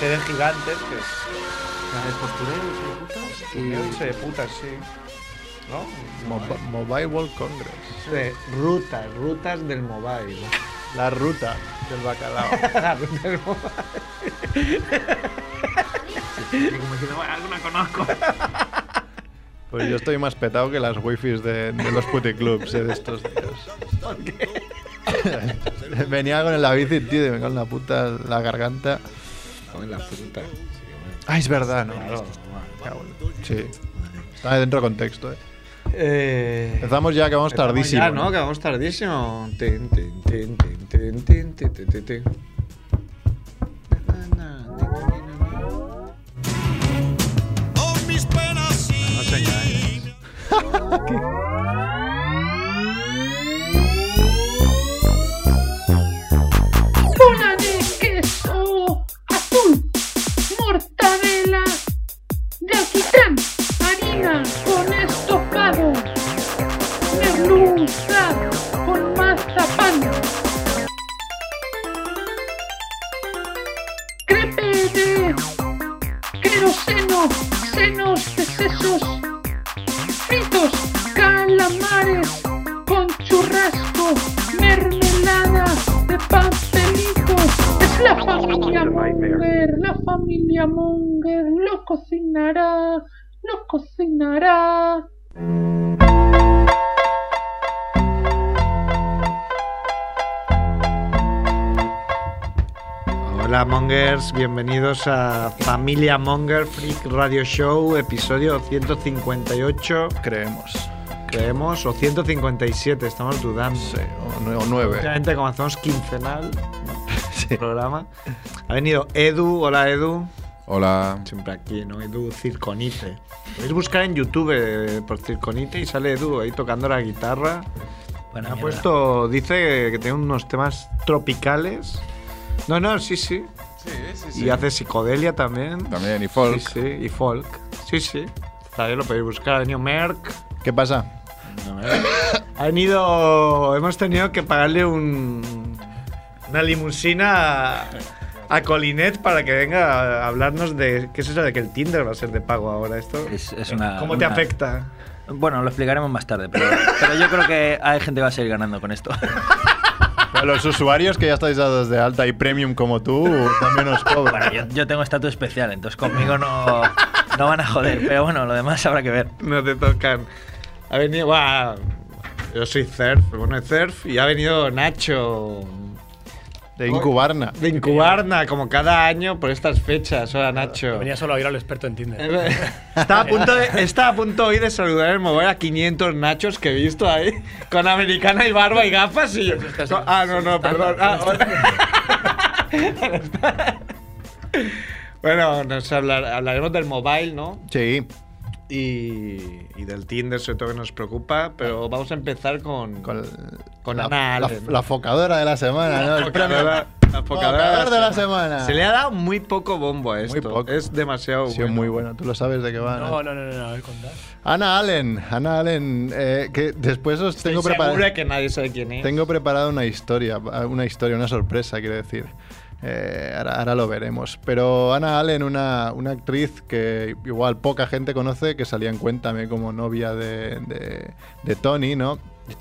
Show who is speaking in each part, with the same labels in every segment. Speaker 1: tres gigantes que
Speaker 2: El postureo, hijo
Speaker 1: y
Speaker 2: de puta.
Speaker 1: se de putas, sí. ¿No?
Speaker 3: Mo- Mobile World Congress.
Speaker 2: Y de rutas, rutas del mobile.
Speaker 3: La ruta del bacalao.
Speaker 2: La ruta del mobile.
Speaker 4: Y como diciendo, bueno, alguna conozco.
Speaker 3: Pues yo estoy más petado que las wifis de, de los puticlubs eh, de estos días. Venía con la bici, tío, y me con la puta la garganta.
Speaker 5: Joder, la puta. Sí, bueno.
Speaker 3: Ah, es verdad, ¿no?
Speaker 5: Claro, bueno.
Speaker 3: Me cago en- Sí. Está dentro de contexto, eh.
Speaker 2: Eh,
Speaker 3: Empezamos ya, que vamos
Speaker 2: estamos
Speaker 3: tardísimo.
Speaker 2: Ya, ¿no? Que vamos tardísimo. Tin, tin, tin, tin, tin, tin, tin, tin, tin, tin. No sé ya, ¿eh?
Speaker 6: Bola de queso azul, mortadela de alquitrán, harina con estofado, merluza con mazapán, crepe de queroseno, senos de sesos, fritos, calamares con churrasco, mermelada de pastelito. Es la familia Munger, la familia Munger lo cocinará, lo cocinará.
Speaker 2: Hola Mongers, bienvenidos a Familia Monger Freak Radio Show, episodio 158,
Speaker 3: Creemos.
Speaker 2: creemos, o 157, estamos dudando.
Speaker 3: Sí, o, nue- o nueve.
Speaker 2: Obviamente como hacemos quincenal
Speaker 3: Sí.
Speaker 2: el programa, ha venido Edu, hola Edu,
Speaker 5: Hola.
Speaker 2: siempre aquí, ¿no? Edu Circonite. Podéis buscar en YouTube eh, por Circonite y sale Edu ahí tocando la guitarra.
Speaker 4: Buena
Speaker 2: ha
Speaker 4: mierda.
Speaker 2: puesto, dice que tiene unos temas tropicales. No, no, sí, sí.
Speaker 5: Sí, sí,
Speaker 2: Y hace psicodelia también.
Speaker 5: También, y folk.
Speaker 2: Sí, sí, y folk. Sí, sí. También lo podéis buscar. Ha venido Merck.
Speaker 3: ¿Qué pasa?
Speaker 2: Ha venido. Hemos tenido que pagarle un. Una limusina a, a Colinet para que venga a hablarnos de. ¿Qué es eso de que el Tinder va a ser de pago ahora? ¿Esto?
Speaker 4: Es- es una-
Speaker 2: ¿Cómo te
Speaker 4: una-
Speaker 2: afecta?
Speaker 4: Bueno, lo explicaremos más tarde, pero, pero yo creo que hay gente que va a seguir ganando con esto.
Speaker 3: A los usuarios que ya estáis dados de alta y premium como tú, también os
Speaker 4: Bueno,
Speaker 3: cobran.
Speaker 4: yo, yo tengo estatus especial, entonces conmigo no, no van a joder, pero bueno, lo demás habrá que ver.
Speaker 2: No te tocan. Ha venido. Buah, yo soy Cerf, bueno, es Cerf. Y ha venido Nacho.
Speaker 3: De incubarna.
Speaker 2: De Incubarna, como cada año por estas fechas. Hola, Nacho.
Speaker 7: Venía solo a oír al experto en Tinder.
Speaker 2: Estaba a, punto de, estaba a punto hoy de saludar el mover a 500 nachos que he visto ahí, con americana y barba y gafas y yo. Ah, no, no, perdón. Ah, hola. bueno, nos hablar- hablaremos del mobile, ¿no?
Speaker 3: Sí,
Speaker 2: Y, y del Tinder, sobre todo que nos preocupa, pero vamos a empezar con,
Speaker 3: con,
Speaker 2: Con
Speaker 3: la,
Speaker 2: Ana
Speaker 3: la-
Speaker 2: Allen.
Speaker 3: la focadora de la semana, ¿no? El premio.
Speaker 2: Focadora- la
Speaker 3: Focadora de la semana.
Speaker 2: Se le ha dado muy poco bombo a esto.
Speaker 3: poco.
Speaker 2: Es demasiado.
Speaker 3: Ha sido
Speaker 2: bueno.
Speaker 3: muy bueno, tú lo sabes de qué va. Nacho.
Speaker 7: No, no, no, no, no, a ver, contad.
Speaker 3: Ana Allen, Ana Allen, eh, que después os tengo,
Speaker 2: Estoy seguro
Speaker 3: preparado,
Speaker 2: que nadie sabe quién es.
Speaker 3: tengo preparada una historia, una historia, una sorpresa, quiero decir. Eh, ahora, ahora lo veremos. Pero Ana Allen, una, una actriz que igual poca gente conoce, que salía en Cuéntame como novia de, de, de Tony, ¿no?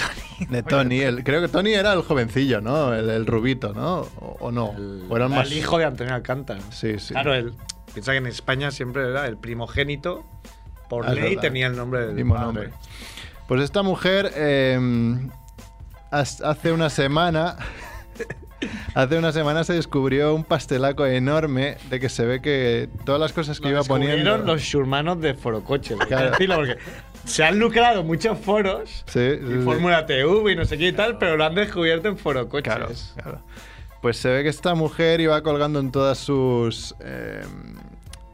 Speaker 3: De Tony. el, creo que Tony era el jovencillo, ¿no? El, el rubito, ¿no? O, o no. o eran
Speaker 2: el
Speaker 3: más...
Speaker 2: hijo de Antonio Alcántara.
Speaker 3: Sí, sí.
Speaker 2: Claro, él. Piensa que en España siempre era el primogénito. Por
Speaker 3: Ah, es
Speaker 2: ley
Speaker 3: verdad.
Speaker 2: tenía el nombre del
Speaker 3: Mismo
Speaker 2: padre.
Speaker 3: nombre. Pues esta mujer eh, has- hace una semana. Hace una semana se descubrió un pastelaco enorme de que se ve que todas las cosas que
Speaker 2: Lo
Speaker 3: iba poniendo.
Speaker 2: descubrieron los hermanos de Forocoches. hay que
Speaker 3: Claro.
Speaker 2: decirlo, porque se han lucrado muchos foros.
Speaker 3: Sí, sí,
Speaker 2: Y
Speaker 3: sí.
Speaker 2: Fórmula TV y no sé qué y tal, pero lo han descubierto en Forocoches.
Speaker 3: Claro, claro. Pues se ve que esta mujer iba colgando en todas sus eh,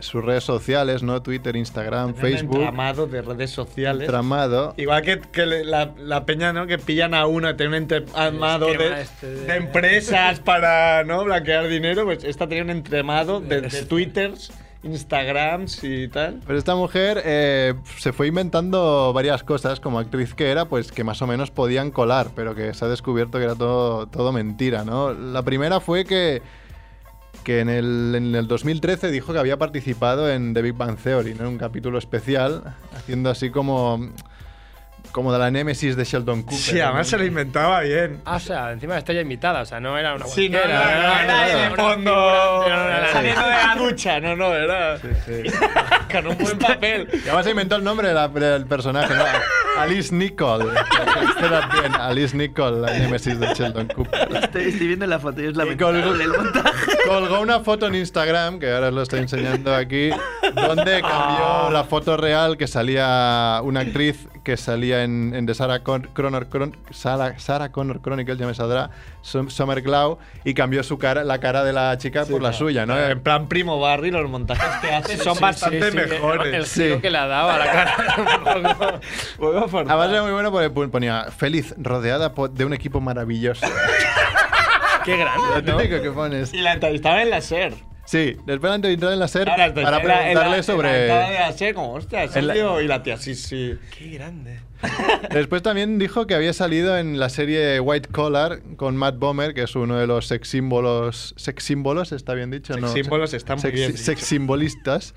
Speaker 3: sus redes sociales, ¿no? Twitter, Instagram,
Speaker 2: Un
Speaker 3: Facebook,
Speaker 2: entramado de redes sociales.
Speaker 3: tramado.
Speaker 2: Igual que, que le- la, la peña, ¿no? Que pillan a uno, tiene un entramado de,
Speaker 7: este de-
Speaker 2: de empresas para ¿no? blanquear dinero. Pues esta tenía un entramado de,
Speaker 7: Este.
Speaker 2: de twitters, instagrams y tal.
Speaker 3: Pero esta mujer eh, se fue inventando varias cosas como actriz que era, pues que más o menos podían colar, pero que se ha descubierto que era todo, todo mentira, ¿no? La primera fue que, que en el, en el 2013 dijo que había participado en The Big Bang Theory, ¿no? en un capítulo especial, haciendo así como, como de la némesis de Sheldon Cooper.
Speaker 2: Sí, además se lo inventaba bien.
Speaker 7: Ah, o sea, encima de estrella invitada, o sea, no era una
Speaker 2: Sí, no,
Speaker 7: cualquiera,
Speaker 2: no, no,
Speaker 7: era
Speaker 2: era
Speaker 7: una-
Speaker 2: de
Speaker 7: una
Speaker 2: fondo.
Speaker 7: figura, era una-
Speaker 2: Saliendo de la ducha, no, no, era. Con un buen papel.
Speaker 3: Y además se inventó el nombre de la- del personaje, ¿no? Alice Nicole. Era bien, Alice Nicole, la némesis de Sheldon Cooper.
Speaker 4: Estoy, estoy viendo la foto y es
Speaker 3: Y colgó-
Speaker 4: lamentable el montaje.
Speaker 3: Colgó una foto en Instagram, que ahora os lo estoy enseñando aquí, donde cambió la foto real que salía una actriz que salía en, en The Sarah Con- Connor, Chron- Sarah, Sarah Connor Chronicles, ya me saldrá, Sum- Summer Glau, y cambió su cara, la cara de la chica por la suya, ¿no?
Speaker 2: En plan primo Barry, los montajes que hace son bastante
Speaker 7: Este sí, sí,
Speaker 2: mejores.
Speaker 7: El
Speaker 3: Sí.
Speaker 7: giro que le ha dado a la cara.
Speaker 2: Vuelvo a forzar.
Speaker 3: Además era muy bueno porque pu- ponía feliz, rodeada po- de un equipo maravilloso.
Speaker 7: Qué
Speaker 3: Lo
Speaker 7: grande, ¿no?
Speaker 3: típico que pones.
Speaker 2: Y la entrevistaba en la SER.
Speaker 3: Sí, después de entrar en la SER
Speaker 2: Ahora,
Speaker 3: para
Speaker 2: entonces, en la- en la-
Speaker 3: preguntarle sobre...
Speaker 2: En la, entrada de la SER, como, hostia,
Speaker 3: En la-
Speaker 2: Sergio, y la tía, sí, sí.
Speaker 7: Qué grande.
Speaker 3: Después también dijo que había salido en la serie White Collar con Matt Bomer, que es uno de los sex símbolos. ¿Sex símbolos? ¿Está bien dicho?
Speaker 2: Sex
Speaker 3: no,
Speaker 2: símbolos está muy
Speaker 3: sex-
Speaker 2: bien dicho.
Speaker 3: Sex simbolistas.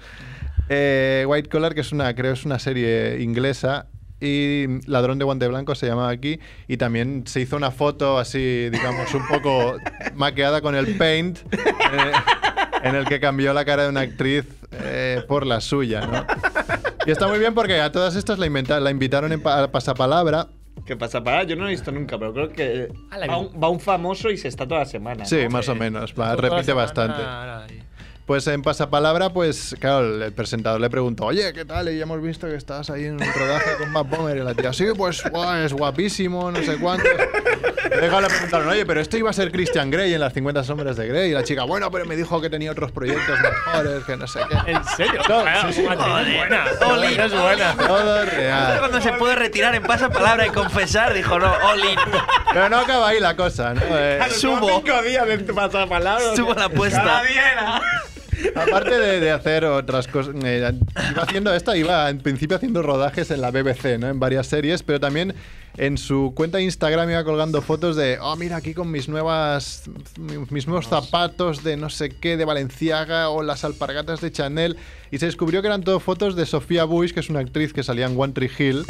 Speaker 3: Eh, White Collar, que es una, creo es una serie inglesa. Y Ladrón de Guante Blanco se llamaba aquí. Y también se hizo una foto así, digamos, un poco maqueada con el paint. eh, en el que cambió la cara de una actriz eh, por la suya, ¿no? Y está muy bien porque a todas estas la, inventa- la invitaron en pa- a pasapalabra.
Speaker 2: ¿Qué pasa? Para, yo no lo he visto nunca, pero creo que
Speaker 7: Ah, la
Speaker 2: va
Speaker 7: vi-
Speaker 2: un, va un famoso y se está toda la semana.
Speaker 3: Sí,
Speaker 2: ¿no?
Speaker 3: más o menos. va,
Speaker 7: Toda la
Speaker 3: repite
Speaker 7: semana,
Speaker 3: bastante.
Speaker 7: nada, ahí.
Speaker 3: Pues en pasapalabra, pues claro, el- el presentador le preguntó, oye, ¿qué tal? Y ya hemos visto que estás ahí en un rodaje con Matt Bomer. Y la tía, sí, pues guau, es guapísimo, no sé cuánto. Y luego le preguntaron, oye, pero este iba a ser Christian Grey en las 50 sombras de Grey. Y la chica, bueno, pero me dijo que tenía otros proyectos mejores, que no sé qué.
Speaker 7: ¿En serio?
Speaker 3: No,
Speaker 7: Ah,
Speaker 3: sí, sí.
Speaker 7: madre, es buena.
Speaker 4: Oli.
Speaker 7: Es buena.
Speaker 3: Todo real.
Speaker 4: Cuando se puede retirar en pasapalabra y confesar, dijo, no, Oli,
Speaker 3: Pero no acaba ahí la cosa, ¿no? Eh,
Speaker 2: A los
Speaker 4: Subo.
Speaker 2: cinco días de tu pasapalabra.
Speaker 4: subo la apuesta.
Speaker 2: Cada día era-
Speaker 3: Aparte de, de hacer otras cosas, eh, iba haciendo esta, iba en principio haciendo rodajes en la BBC, ¿no? En varias series, pero también en su cuenta de Instagram iba colgando fotos de, oh, mira, aquí con mis nuevas, mis, mis nuevos zapatos de no sé qué, de Valenciaga o las alpargatas de Chanel. Y se descubrió que eran todo fotos de Sofía Bush, que es una actriz que salía en One Tree Hill.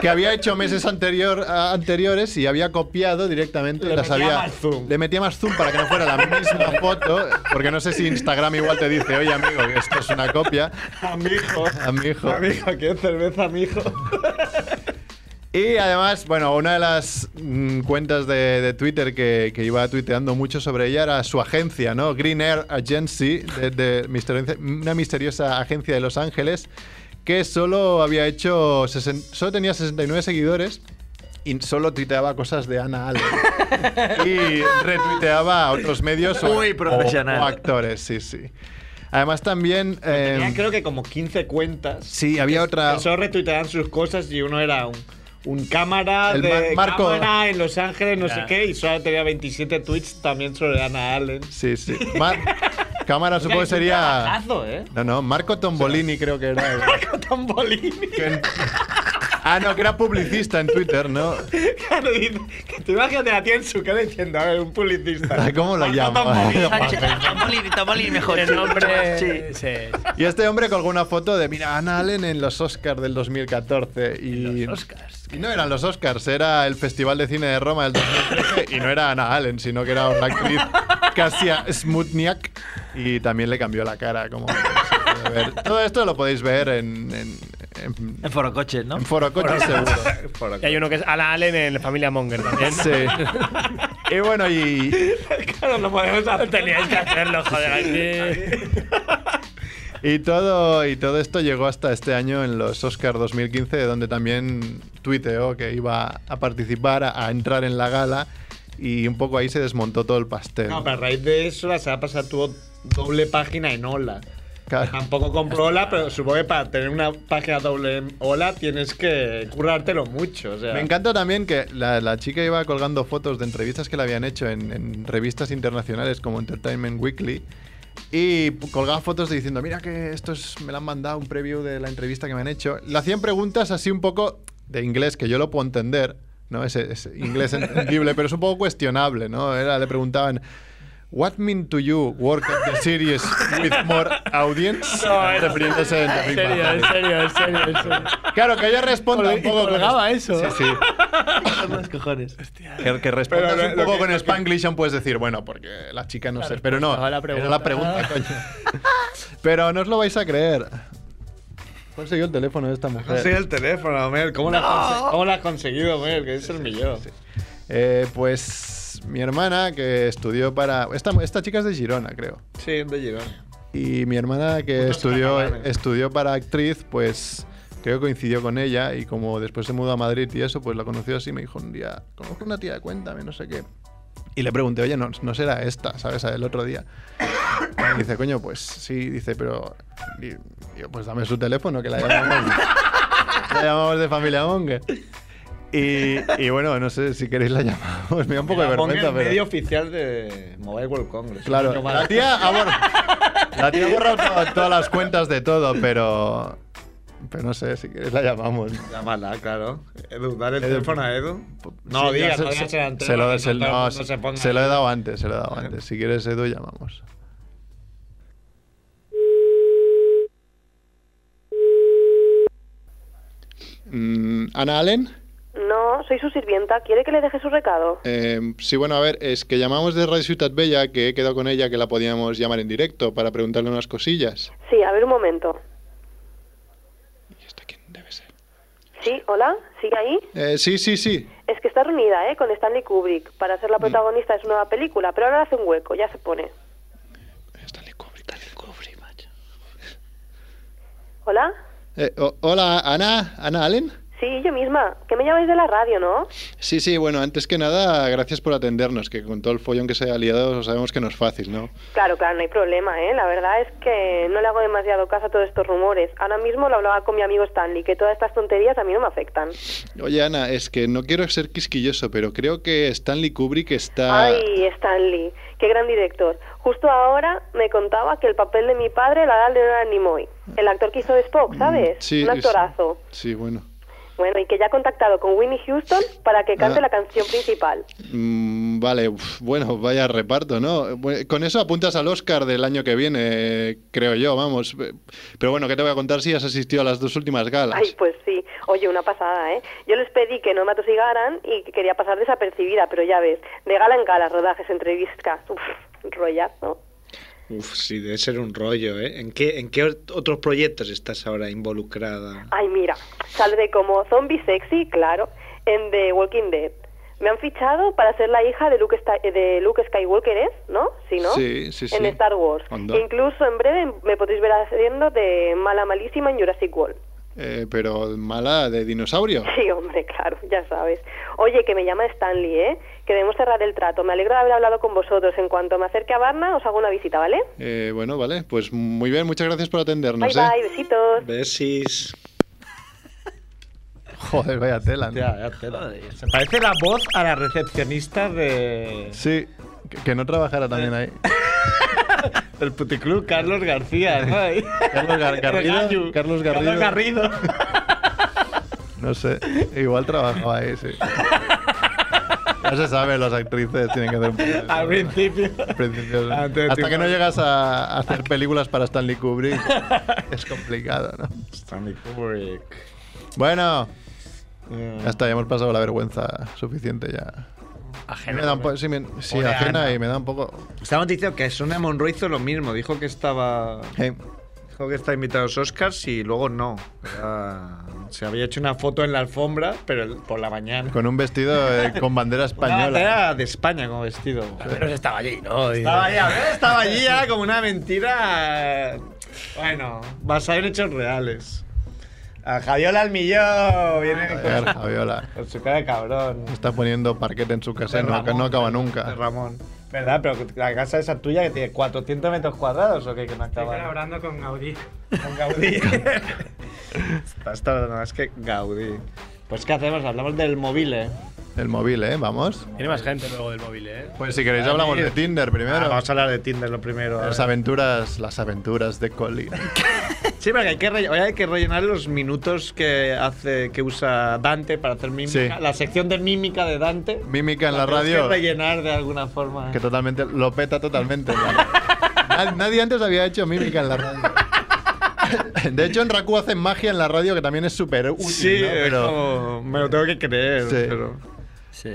Speaker 3: Que había hecho meses anterior, a- anteriores y había copiado directamente.
Speaker 2: Le
Speaker 3: las
Speaker 2: metía
Speaker 3: había,
Speaker 2: más zoom.
Speaker 3: le metía más zoom para que no fuera la misma foto, porque no sé si Instagram igual te dice, oye amigo, que esto es una copia.
Speaker 2: A mi hijo.
Speaker 3: A mi hijo.
Speaker 2: A mi hijo, ¿qué cerveza, a mi hijo?
Speaker 3: Y además, bueno, una de las mm, cuentas de, de Twitter que, que iba tuiteando mucho sobre ella era su agencia, ¿no? Green Air Agency, de, de misteriosa- una misteriosa agencia de Los Ángeles, que solo había hecho, sesen- solo tenía 69 seguidores y solo tuiteaba cosas de Ana Allen. y retuiteaba a otros medios o-
Speaker 4: Muy
Speaker 3: o-
Speaker 4: profesional.
Speaker 3: o actores, sí, sí. Además también... eh,
Speaker 2: Tenía creo que como 15 cuentas.
Speaker 3: Sí, había otra...
Speaker 2: Que solo retuiteaban sus cosas y uno era un, un cámara
Speaker 3: El
Speaker 2: de
Speaker 3: Mar- Marco.
Speaker 2: cámara en Los Ángeles, no
Speaker 7: Ya.
Speaker 2: sé qué, y solo tenía 27 tweets también sobre Ana Allen.
Speaker 3: Sí, sí. Mar- Cámara supongo que
Speaker 2: Es un
Speaker 3: sería...
Speaker 2: trabajazo, ¿eh?
Speaker 3: No, no, Marco Tombolini creo que era.
Speaker 2: Tombolini.
Speaker 3: que en- Ah, no, que era publicista en Twitter, ¿no?
Speaker 2: Claro, dice, que te imaginas la tía en su cara diciendo, a ver, un publicista.
Speaker 3: Ah, ¿Cómo lo
Speaker 2: Marco
Speaker 3: llama?
Speaker 2: Tombolini.
Speaker 4: Tomolini, Tomolini, mejor.
Speaker 7: El nombre.
Speaker 4: Sí.
Speaker 7: este sí.
Speaker 3: Y este hombre colgó una foto de, mira, Ana Allen en los Oscars del 2014. Y,
Speaker 7: Los Oscars.
Speaker 3: y no eran los Oscars, era el Festival de Cine de Roma del 2013 y no era Ana Allen, sino que era una actriz Kasia Smutniak y también le cambió la cara. Como se puede ver. Todo esto lo podéis ver en, en, en-
Speaker 4: En forocoches, ¿no?
Speaker 3: en Foro Coches, seguro.
Speaker 7: Y hay uno que es Ana Allen en Familia Monger también.
Speaker 3: Sí. Y bueno, y,
Speaker 2: Claro, lo podemos hacer.
Speaker 7: Teníais que hacerlo, joder. Aquí.
Speaker 3: y todo, y todo esto llegó hasta este año en los Oscars 2015, de donde también tuiteó que iba a participar, a, a entrar en la gala, y un poco ahí se desmontó todo el pastel.
Speaker 2: No, pero a raíz de eso la semana pasada tuvo doble página en Ola.
Speaker 3: Claro.
Speaker 2: Tampoco compró Ola, pero supongo que para tener una página doble en Ola tienes que currártelo mucho. o sea.
Speaker 3: Me encanta también que la, la chica iba colgando fotos de entrevistas que le habían hecho en, en revistas internacionales como Entertainment Weekly y p- colgaba fotos de diciendo, mira que esto es- me la han mandado, un preview de la entrevista que me han hecho. Le hacían preguntas así un poco de inglés, que yo lo puedo entender, ¿no? Ese, ese inglés entendible, pero es un poco cuestionable, ¿no? Era, le preguntaban... What mean to you work at the series with more audience?
Speaker 7: No, en-
Speaker 3: refiriéndose a The
Speaker 7: En
Speaker 3: Big
Speaker 7: serio,
Speaker 3: Bang
Speaker 7: en
Speaker 3: Theory.
Speaker 7: serio, en serio. en serio.
Speaker 3: Claro, que ella responda un poco con
Speaker 7: colgaba eso.
Speaker 3: Sí, sí.
Speaker 4: Los cojones.
Speaker 3: Que, que respondas
Speaker 7: Pero lo-
Speaker 3: un
Speaker 7: lo
Speaker 3: poco
Speaker 7: que-
Speaker 3: con
Speaker 7: lo que-
Speaker 3: Spanglish aún puedes decir, bueno, porque la chica no sé. Pero no,
Speaker 7: a la pregunta. Ah.
Speaker 3: era la pregunta, coño. Pero no os lo vais a creer. ¿Cuál siguió el teléfono de esta
Speaker 2: No sé
Speaker 3: mujer?
Speaker 2: el teléfono, Mer. ¿Cómo, la, has conse- cómo la has conseguido, Mer? Que es el millón.
Speaker 3: Eh, pues mi hermana que estudió para... Esta, esta chica es de Girona, creo.
Speaker 2: Sí, de Girona.
Speaker 3: Y mi hermana que
Speaker 7: Pues
Speaker 2: Muchos
Speaker 3: estudió,
Speaker 2: catalanes.
Speaker 3: estudió para actriz, pues creo que coincidió con ella y como después se mudó a Madrid y eso, pues la conoció así, me dijo un día, conozco una tía, cuéntame, no sé qué. Y le pregunté, oye, no, no será esta, ¿sabes? El otro día. Y dice, coño, pues sí, dice, pero... y- y yo, pues dame su teléfono, que la llamamos. la llamamos de familia Monge. Y, y bueno, no sé si queréis la llamamos. Me da un poco de
Speaker 2: La ponga
Speaker 3: vergüenza,
Speaker 2: en
Speaker 3: pero...
Speaker 2: medio oficial de Mobile World Congress.
Speaker 3: Claro,
Speaker 2: Coño,
Speaker 3: la
Speaker 2: madre.
Speaker 3: tía ha borrado, la tía ha borrado to- todas las cuentas de todo, pero. Pero no sé, si quieres la llamamos.
Speaker 2: Llámala, claro. Edu, dale el
Speaker 3: Edu.
Speaker 2: teléfono a Edu. No
Speaker 3: Sí,
Speaker 2: digas,
Speaker 3: se-
Speaker 2: no
Speaker 3: se-
Speaker 2: digas el anterior,
Speaker 3: se lo-
Speaker 2: que
Speaker 3: se-
Speaker 2: no todo el
Speaker 3: no,
Speaker 2: mundo
Speaker 3: se-
Speaker 2: se ponga.
Speaker 3: se lo he dado antes, se lo he dado antes. Si quieres, Edu, llamamos. Mm, Ana Allen.
Speaker 8: No, soy su sirvienta. ¿Quiere que le deje su recado?
Speaker 3: Eh, sí, bueno, a ver, es que llamamos de Radio Ciudad Bella, que he quedado con ella que la podíamos llamar en directo para preguntarle unas cosillas.
Speaker 8: Sí, a ver un momento.
Speaker 3: ¿Y esta quién debe ser?
Speaker 8: Sí, hola, ¿sigue ahí?
Speaker 3: Eh, sí, sí, sí.
Speaker 8: Es que está reunida, ¿eh? Con Stanley Kubrick para
Speaker 3: Mm.
Speaker 8: ser la protagonista de su nueva película, pero ahora hace un hueco, ya se pone.
Speaker 3: Stanley Kubrick.
Speaker 8: ¿Hola?
Speaker 3: Eh, o- hola, Ana, Ana Allen.
Speaker 8: Sí, yo misma. Que me llamáis de la radio, ¿no?
Speaker 3: Sí, sí, bueno, antes que nada, gracias por atendernos, que con todo el follón que se ha liado sabemos que no es fácil, ¿no?
Speaker 8: Claro, claro, no hay problema, ¿eh? La verdad es que no le hago demasiado caso a todos estos rumores. Ahora mismo lo hablaba con mi amigo Stanley, que todas estas tonterías a mí no me afectan.
Speaker 3: Oye, Ana, es que no quiero ser quisquilloso, pero creo que Stanley Kubrick está...
Speaker 8: Ay, Stanley, qué gran director. Justo ahora me contaba que el papel de mi padre la da Leonard Nimoy, el actor que hizo de Spock, ¿sabes?
Speaker 3: Mm, Sí,
Speaker 8: Un
Speaker 3: es-
Speaker 8: actorazo.
Speaker 3: Sí, bueno.
Speaker 8: Bueno, y que ya ha contactado con Winnie Houston para que cante
Speaker 3: Ah.
Speaker 8: la canción principal.
Speaker 3: Mm, vale, uf, bueno, vaya reparto, ¿no? Bu- Con eso apuntas al Oscar del año que viene, eh, creo yo, vamos. Pero bueno, ¿qué te voy a contar si has asistido a las dos últimas galas?
Speaker 8: Ay, pues sí. Oye, una pasada, ¿eh? Yo les pedí que no me atosigaran y que quería pasar desapercibida, pero ya ves, de gala en gala, rodajes, entrevistas, uff, rollazo.
Speaker 1: Uf, sí, debe ser un rollo, ¿eh? ¿En qué, en qué ot- otros proyectos estás ahora involucrada?
Speaker 8: Ay, mira, saldré como zombie sexy, claro, en The Walking Dead. Me han fichado para ser la hija de Luke, Sta- de Luke Skywalker, ¿es? ¿No? Sí, ¿no?
Speaker 3: Sí, sí, sí.
Speaker 8: En Star Wars.
Speaker 3: Anda.
Speaker 8: Incluso en breve me podréis ver haciendo de mala malísima en Jurassic World.
Speaker 3: Eh, pero mala de dinosaurio.
Speaker 8: Sí, hombre, claro, ya sabes. Oye, que me llama Stanley, ¿eh? Que debemos cerrar el trato. Me alegro de haber hablado con vosotros. En cuanto me acerque a Varna, os hago una visita, ¿vale?
Speaker 3: Eh, bueno, vale, pues muy bien, muchas gracias por atendernos.
Speaker 8: bye,
Speaker 3: ¿eh?
Speaker 8: bye, besitos.
Speaker 1: Besis.
Speaker 3: Joder, vaya tela. ¿no?
Speaker 2: Ya, ya, tela. Se parece la voz a la recepcionista de...
Speaker 3: Sí, que, que no trabajara también ahí.
Speaker 2: del puticlub, Carlos García. ¿no? Ahí.
Speaker 3: Carlos Gar- Garrido,
Speaker 2: Gallo.
Speaker 3: Carlos Garrido.
Speaker 2: Carlos Garrido.
Speaker 3: No sé, igual trabajaba ahí, sí. No se sabe, las actrices tienen que hacer un poco de eso,
Speaker 2: Al
Speaker 3: ¿no?
Speaker 2: principio.
Speaker 3: Al principio, ¿no?
Speaker 2: Antes de
Speaker 3: Hasta que no
Speaker 2: triunfar.
Speaker 3: llegas a a hacer películas para Stanley Kubrick, es complicado, ¿no?
Speaker 1: Stanley Kubrick.
Speaker 3: Bueno, hasta ya hemos pasado la vergüenza suficiente ya. Me da un po- sí, me- sí,
Speaker 2: Pobre
Speaker 3: ajena
Speaker 2: Ana.
Speaker 3: y me da un poco...
Speaker 2: Estábamos diciendo que Sonia Monroy hizo lo mismo. Dijo que estaba...
Speaker 3: Eh,
Speaker 2: Dijo que está invitado a los Oscars y luego no. Era- se había hecho una foto en la alfombra, pero el- por la mañana.
Speaker 3: con un vestido eh, con bandera
Speaker 2: Española.
Speaker 3: española.
Speaker 2: Era de España como vestido.
Speaker 4: Pero estaba allí, ¿no? Y-
Speaker 2: Estaba allí, a ver, estaba allí ya como una mentira. Bueno, basada en hechos reales. A Javiola Almilló viene
Speaker 3: A ver,
Speaker 2: con,
Speaker 3: Javiola.
Speaker 2: con su cara de cabrón.
Speaker 3: Está poniendo parquet en su casa y no,
Speaker 2: Ramón,
Speaker 3: no acaba
Speaker 2: de
Speaker 3: nunca.
Speaker 2: Ramón. ¿Verdad? Pero la casa esa tuya que tiene 400 metros cuadrados o qué? que no acaba.
Speaker 7: hablando con Gaudí.
Speaker 2: Con Gaudí. Estás tardando más que Gaudí. Pues ¿qué hacemos? Hablamos del móvil, ¿eh?
Speaker 3: El móvil, ¿eh? Vamos.
Speaker 7: Tiene más gente luego del móvil, ¿eh?
Speaker 3: Pues si queréis hablamos de Tinder primero.
Speaker 2: Ah, vamos a hablar de Tinder lo primero. a
Speaker 3: Las
Speaker 2: ver.
Speaker 3: aventuras, las aventuras de Colin.
Speaker 2: Sí, porque hay que, rell- hoy hay que rellenar los minutos que hace que usa Dante para hacer mímica.
Speaker 3: Sí.
Speaker 2: La sección de mímica de Dante.
Speaker 3: Mímica en la
Speaker 2: tenemos
Speaker 3: radio.
Speaker 2: Que rellenar de alguna forma.
Speaker 3: Que totalmente lo peta totalmente. Nad- Nadie antes había hecho mímica en la radio. De hecho, en Raku hacen magia en la radio, que también es súper útil.
Speaker 2: sí,
Speaker 3: ¿no?
Speaker 2: es
Speaker 3: Pero-
Speaker 2: como, me lo tengo que creer.
Speaker 3: Sí.
Speaker 2: Pero...
Speaker 4: Sí.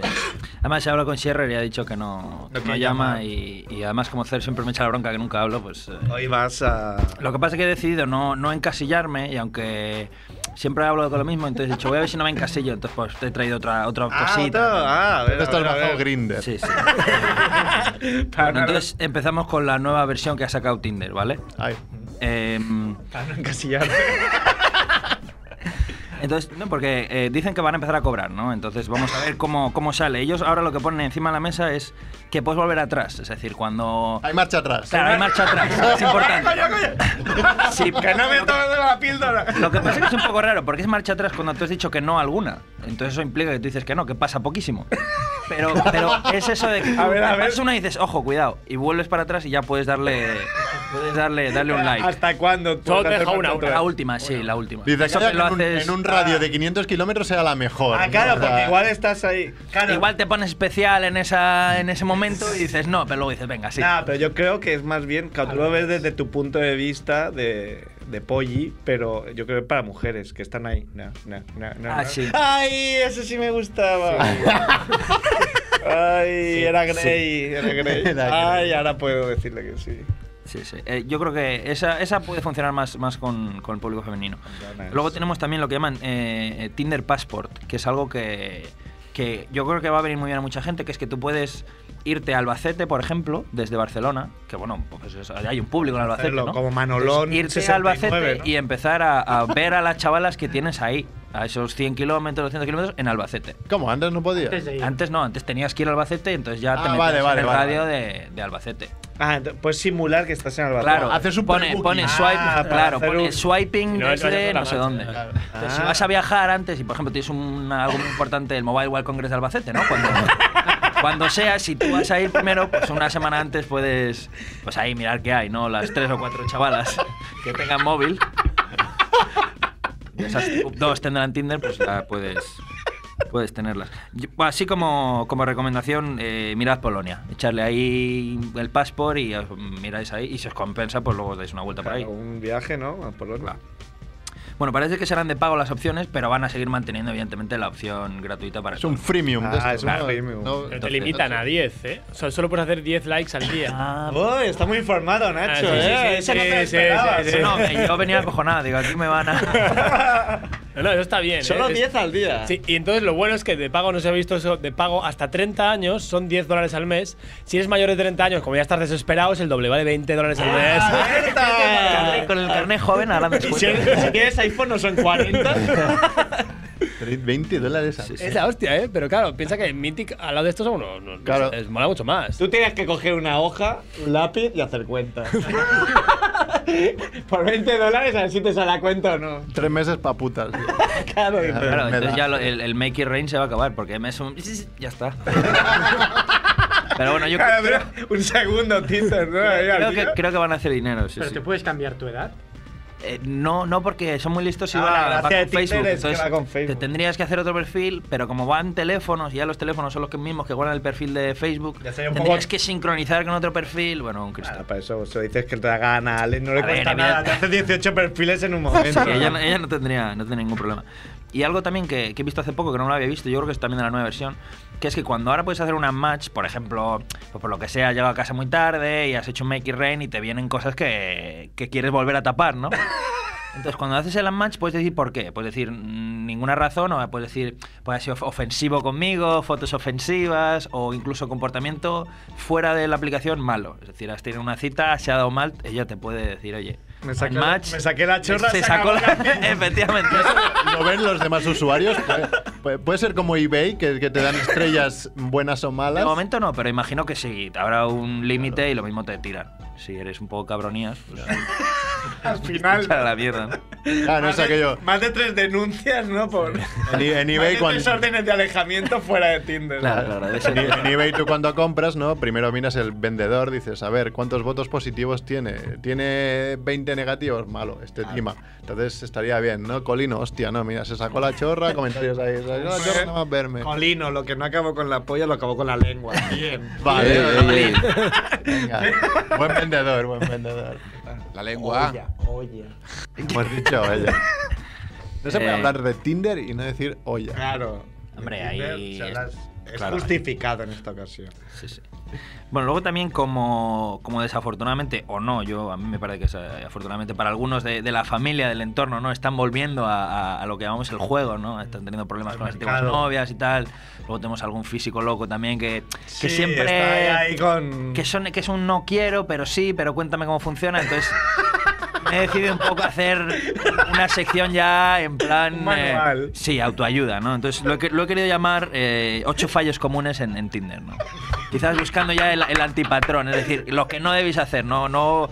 Speaker 4: Además, he hablado con Sierra y ha dicho que no, que
Speaker 2: No
Speaker 4: no
Speaker 2: quiere
Speaker 4: llama.
Speaker 2: llamar.
Speaker 4: Y, y además, como Cer siempre me echa la bronca que nunca hablo, pues. eh,
Speaker 2: Hoy vas a.
Speaker 4: Lo que pasa es que he decidido no, no encasillarme y aunque siempre hablo con lo mismo, entonces he dicho, voy a ver si no me encasillo. Entonces, pues te he traído otra, otra
Speaker 2: otro,
Speaker 4: cosita.
Speaker 2: ah, a ver,
Speaker 3: Esto está
Speaker 2: a ver, a
Speaker 3: bajado
Speaker 2: ver.
Speaker 3: Grinder.
Speaker 4: Sí, sí.
Speaker 2: Para
Speaker 4: Bueno, entonces empezamos con la nueva versión que ha sacado Tinder, ¿vale?
Speaker 3: Ay,
Speaker 4: Em,
Speaker 2: para no encasillar.
Speaker 4: Entonces, no, porque eh, dicen que van a empezar a cobrar, ¿no? Entonces vamos a ver cómo, cómo sale. Ellos ahora lo que ponen encima de la mesa es que puedes volver atrás, es decir, cuando...
Speaker 3: hay marcha atrás.
Speaker 4: Claro, hay marcha atrás, es importante. Sí,
Speaker 2: que no me tomes de la píldora.
Speaker 4: Lo que pasa es que es un poco raro, porque es marcha atrás cuando tú has dicho que no a alguna. Entonces eso implica que tú dices que no, que pasa poquísimo. Pero, pero es eso de que
Speaker 2: A ver, a
Speaker 4: te
Speaker 2: ver.
Speaker 4: pasas una y dices, ojo, cuidado, y vuelves para atrás y ya puedes darle, puedes darle, darle un like.
Speaker 2: ¿Hasta cuándo? tú?
Speaker 7: Solo te
Speaker 2: ¿Hasta
Speaker 7: deja una,
Speaker 2: cuándo?
Speaker 4: La última, sí, la última.
Speaker 3: Dice
Speaker 4: Eso
Speaker 3: "Calla,
Speaker 4: que
Speaker 3: que
Speaker 4: lo
Speaker 3: en, un,
Speaker 4: haces-
Speaker 3: en un radio de 500 kilómetros era la mejor.
Speaker 2: Ah,
Speaker 3: ¿no?
Speaker 2: claro,
Speaker 3: O sea,
Speaker 2: porque igual estás ahí. Claro.
Speaker 4: Igual te pones especial en, esa, en ese momento y dices no, pero luego dices, venga, sí.
Speaker 2: Nah, pero yo creo que es más bien, que tú lo ves desde tu punto de vista de, de polly, pero yo creo que para mujeres que están ahí. No, no, no, no,
Speaker 4: Ah,
Speaker 2: no.
Speaker 4: sí.
Speaker 2: Ay, eso sí me gustaba. Ay, era Grey, era Grey.
Speaker 3: Era Grey.
Speaker 2: Ay, ahora puedo decirle que sí.
Speaker 4: Sí, sí. Eh, yo creo que esa, esa puede funcionar más, más con, con el público femenino.
Speaker 2: ganas.
Speaker 4: Luego tenemos también lo que llaman eh, eh, Tinder Passport, que es algo que, que yo creo que va a venir muy bien a mucha gente, que es que tú puedes irte a Albacete, por ejemplo, desde Barcelona, que bueno, pues es- hay un público en Albacete,
Speaker 2: Hacerlo
Speaker 4: ¿no?
Speaker 2: como Manolón
Speaker 4: Entonces, irte
Speaker 2: 69,
Speaker 4: a Albacete
Speaker 2: ¿no?
Speaker 4: y empezar a, a ver a las chavalas que tienes ahí, a esos 100 kilómetros, 200 kilómetros, en Albacete.
Speaker 3: ¿Cómo? Antes no podía.
Speaker 7: Antes de ir.
Speaker 4: Antes no, antes tenías que ir a Albacete y entonces ya
Speaker 3: Ah,
Speaker 4: te metías
Speaker 3: vale, vale,
Speaker 4: en el
Speaker 3: vale,
Speaker 4: radio
Speaker 3: vale.
Speaker 4: Eh, de, de Albacete.
Speaker 2: Ah, ent- puedes simular que estás en Albacete.
Speaker 4: Claro,
Speaker 3: haces un
Speaker 4: pone,
Speaker 3: pre-booking.
Speaker 4: pone
Speaker 3: Ah,
Speaker 4: swipe,
Speaker 2: para
Speaker 4: claro,
Speaker 2: hacer
Speaker 4: pone
Speaker 2: un-
Speaker 4: swiping
Speaker 7: Y no, eso
Speaker 4: desde
Speaker 7: es otra
Speaker 4: no sé
Speaker 7: marcha,
Speaker 4: dónde.
Speaker 7: claro.
Speaker 4: Entonces, si
Speaker 2: Ah.
Speaker 4: vas a viajar antes y por ejemplo tienes un- algo muy importante el Mobile World Congress de Albacete, ¿no? Cuando, cuando sea, si tú vas a ir primero, pues una semana antes puedes pues ahí mirar qué hay, ¿no? Las tres o cuatro chavalas que tengan móvil. De Esas dos tendrán Tinder, pues ya puedes puedes tenerlas. Yo- así como, como recomendación, eh, mirad Polonia. Echarle ahí el passport y os miráis ahí. Y si os compensa, pues luego os dais una vuelta por ahí.
Speaker 2: Claro, un viaje, ¿no? A Polonia.
Speaker 4: Bueno, parece que serán de pago las opciones, pero van a seguir manteniendo, evidentemente, la opción gratuita para
Speaker 3: Es un
Speaker 4: todos.
Speaker 3: freemium. de
Speaker 2: Ah,
Speaker 3: esto.
Speaker 2: es un freemium.
Speaker 7: Pero te limitan a 10, ¿eh? O sea, solo puedes hacer 10 likes al día.
Speaker 4: Ah,
Speaker 2: Uy, está muy informado, Nacho,
Speaker 7: Ah, sí, sí,
Speaker 2: ¿eh?
Speaker 7: sí,
Speaker 2: Eso no te
Speaker 7: sí,
Speaker 2: lo
Speaker 7: sí,
Speaker 2: esperabas,
Speaker 7: sí,
Speaker 2: ¿eh?
Speaker 7: sí.
Speaker 4: no, que yo venía acojonado, digo, aquí me van a.
Speaker 7: No, no, eso está bien. ¿eh?
Speaker 2: Solo
Speaker 7: Es-
Speaker 2: 10 al día.
Speaker 7: Sí, y entonces lo bueno es que de pago no se ha visto eso, de pago hasta 30 años son 10 dólares al mes. Si eres mayor de 30 años, como ya estás desesperado, es el doble, vale 20 dólares al mes.
Speaker 2: ¡Alerta!
Speaker 4: Con el carnet joven, ahora me
Speaker 2: Ah, Si, si tienes iPhone no son 40.
Speaker 3: 20 dólares al
Speaker 7: Es la hostia, ¿eh? Pero claro, piensa que Mythic al lado de estos son unos... unos-
Speaker 3: Claro.
Speaker 7: es- mola mucho más.
Speaker 2: Tú tienes que coger una hoja, un lápiz y hacer cuentas. Por 20 dólares a ver si te sale la cuenta o no.
Speaker 3: Tres meses pa' putas. tío.
Speaker 2: Claro, dices,
Speaker 3: Me
Speaker 4: Claro,
Speaker 3: da.
Speaker 4: entonces ya lo- el, el Make It Rain se va a acabar, porque me es un. Ya está. Pero bueno, yo
Speaker 2: claro,
Speaker 4: creo,
Speaker 2: pero un segundo, Tinder, ¿no? Ahí al
Speaker 4: creo
Speaker 2: día.
Speaker 4: que, creo que van a hacer dinero. sí,
Speaker 7: Pero
Speaker 4: sí.
Speaker 7: te puedes cambiar tu edad.
Speaker 4: Eh, no, no, porque son muy listos y
Speaker 2: Ah, la
Speaker 4: va, va
Speaker 2: gracia de
Speaker 4: con
Speaker 2: Tinder
Speaker 4: Facebook.
Speaker 2: es que
Speaker 4: entonces
Speaker 2: va con Facebook.
Speaker 4: te tendrías que hacer otro perfil, pero como van teléfonos, y ya los teléfonos son los que mismos que guardan el perfil de Facebook,
Speaker 2: Ya sería un
Speaker 4: tendrías
Speaker 2: poco-
Speaker 4: que sincronizar con otro perfil. Bueno, un
Speaker 2: Claro,
Speaker 4: cristal.
Speaker 2: Ah, para eso, eso dices que te da gana, Alex, no le
Speaker 4: A ver,
Speaker 2: cuesta
Speaker 4: mira.
Speaker 2: nada. Te hace 18 perfiles en un momento.
Speaker 4: Sí, ella, no- ella no tendría no tendría ningún problema. Y algo también que, que he visto hace poco, que no lo había visto, yo creo que es también de la nueva versión, que es que cuando ahora puedes hacer una match, por ejemplo, pues por lo que sea, has llegado a casa muy tarde y has hecho un make it rain y te vienen cosas que, que quieres volver a tapar, ¿no? Entonces, cuando haces el match, puedes decir por qué. Puedes decir mm, ninguna razón, o puedes decir, pues ha sido ofensivo conmigo, fotos ofensivas, o incluso comportamiento fuera de la aplicación malo. Es decir, has tenido una cita, se ha dado mal, ella te puede decir, oye,
Speaker 2: Me saqué
Speaker 4: al
Speaker 2: la- me saqué la chorra,
Speaker 4: Se
Speaker 2: se
Speaker 4: sacó la.
Speaker 2: acabó la-
Speaker 4: Efectivamente.
Speaker 3: lo ven los demás usuarios. Puede- Puede, puede ser como eBay, que, que te dan estrellas buenas o
Speaker 4: De
Speaker 3: malas.
Speaker 4: momento no, pero imagino que sí. Habrá un límite y lo mismo te tiran. Si eres un poco cabronías, pues.
Speaker 2: Al final.
Speaker 4: Para la mierda. ¿no?
Speaker 3: Ah, no es aquello.
Speaker 2: Más de tres denuncias, ¿no? Por.
Speaker 3: En, e- en eBay,
Speaker 2: Más de tres
Speaker 3: cuando,
Speaker 2: órdenes de alejamiento fuera de Tinder.
Speaker 4: Claro, claro, debe
Speaker 3: en,
Speaker 4: ser-
Speaker 3: en eBay tú cuando compras, ¿no? Primero miras el vendedor, dices, a ver, ¿cuántos votos positivos tiene? ¿Tiene 20 negativos? Malo, este tima. Entonces estaría bien, ¿no? Colino, hostia, no, mira, se sacó la chorra, comentarios ahí. Se sacó la chorra, no más verme.
Speaker 2: Colino, lo que no acabó con la polla lo acabó con la lengua. Bien.
Speaker 3: Vale, eh,
Speaker 5: Ey, ey, ey.
Speaker 3: venga. Buen vendedor, buen vendedor.
Speaker 5: La lengua.
Speaker 3: Como has dicho, olla. No se puede
Speaker 4: Eh.
Speaker 3: hablar de Tinder y no decir olla.
Speaker 2: Claro.
Speaker 4: Hombre,
Speaker 2: Tinder,
Speaker 4: ahí
Speaker 2: o sea,
Speaker 4: es-
Speaker 2: las- es
Speaker 4: claro.
Speaker 2: justificado en esta ocasión.
Speaker 4: Sí, sí. Bueno, luego también como, como desafortunadamente, o no, yo a mí me parece que es, eh, afortunadamente para algunos de, de la familia, del entorno, ¿no? Están volviendo a, a- a lo que llamamos el juego, ¿no? Están teniendo problemas con las antiguas
Speaker 2: mercado.
Speaker 4: novias y tal. Luego tenemos algún físico loco también que, que
Speaker 2: Sí,
Speaker 4: siempre...
Speaker 2: está ahí, ahí con.
Speaker 4: que, son, que es un no quiero, pero sí, pero cuéntame cómo funciona. Entonces me he decidido un poco hacer una sección ya en plan...
Speaker 2: Un manual.
Speaker 4: eh, sí, autoayuda, ¿no? Entonces lo he, que- lo he querido llamar eh, ocho fallos comunes en, en Tinder, ¿no? Quizás buscando ya el, el antipatrón, es decir, lo que no debéis hacer, no, no...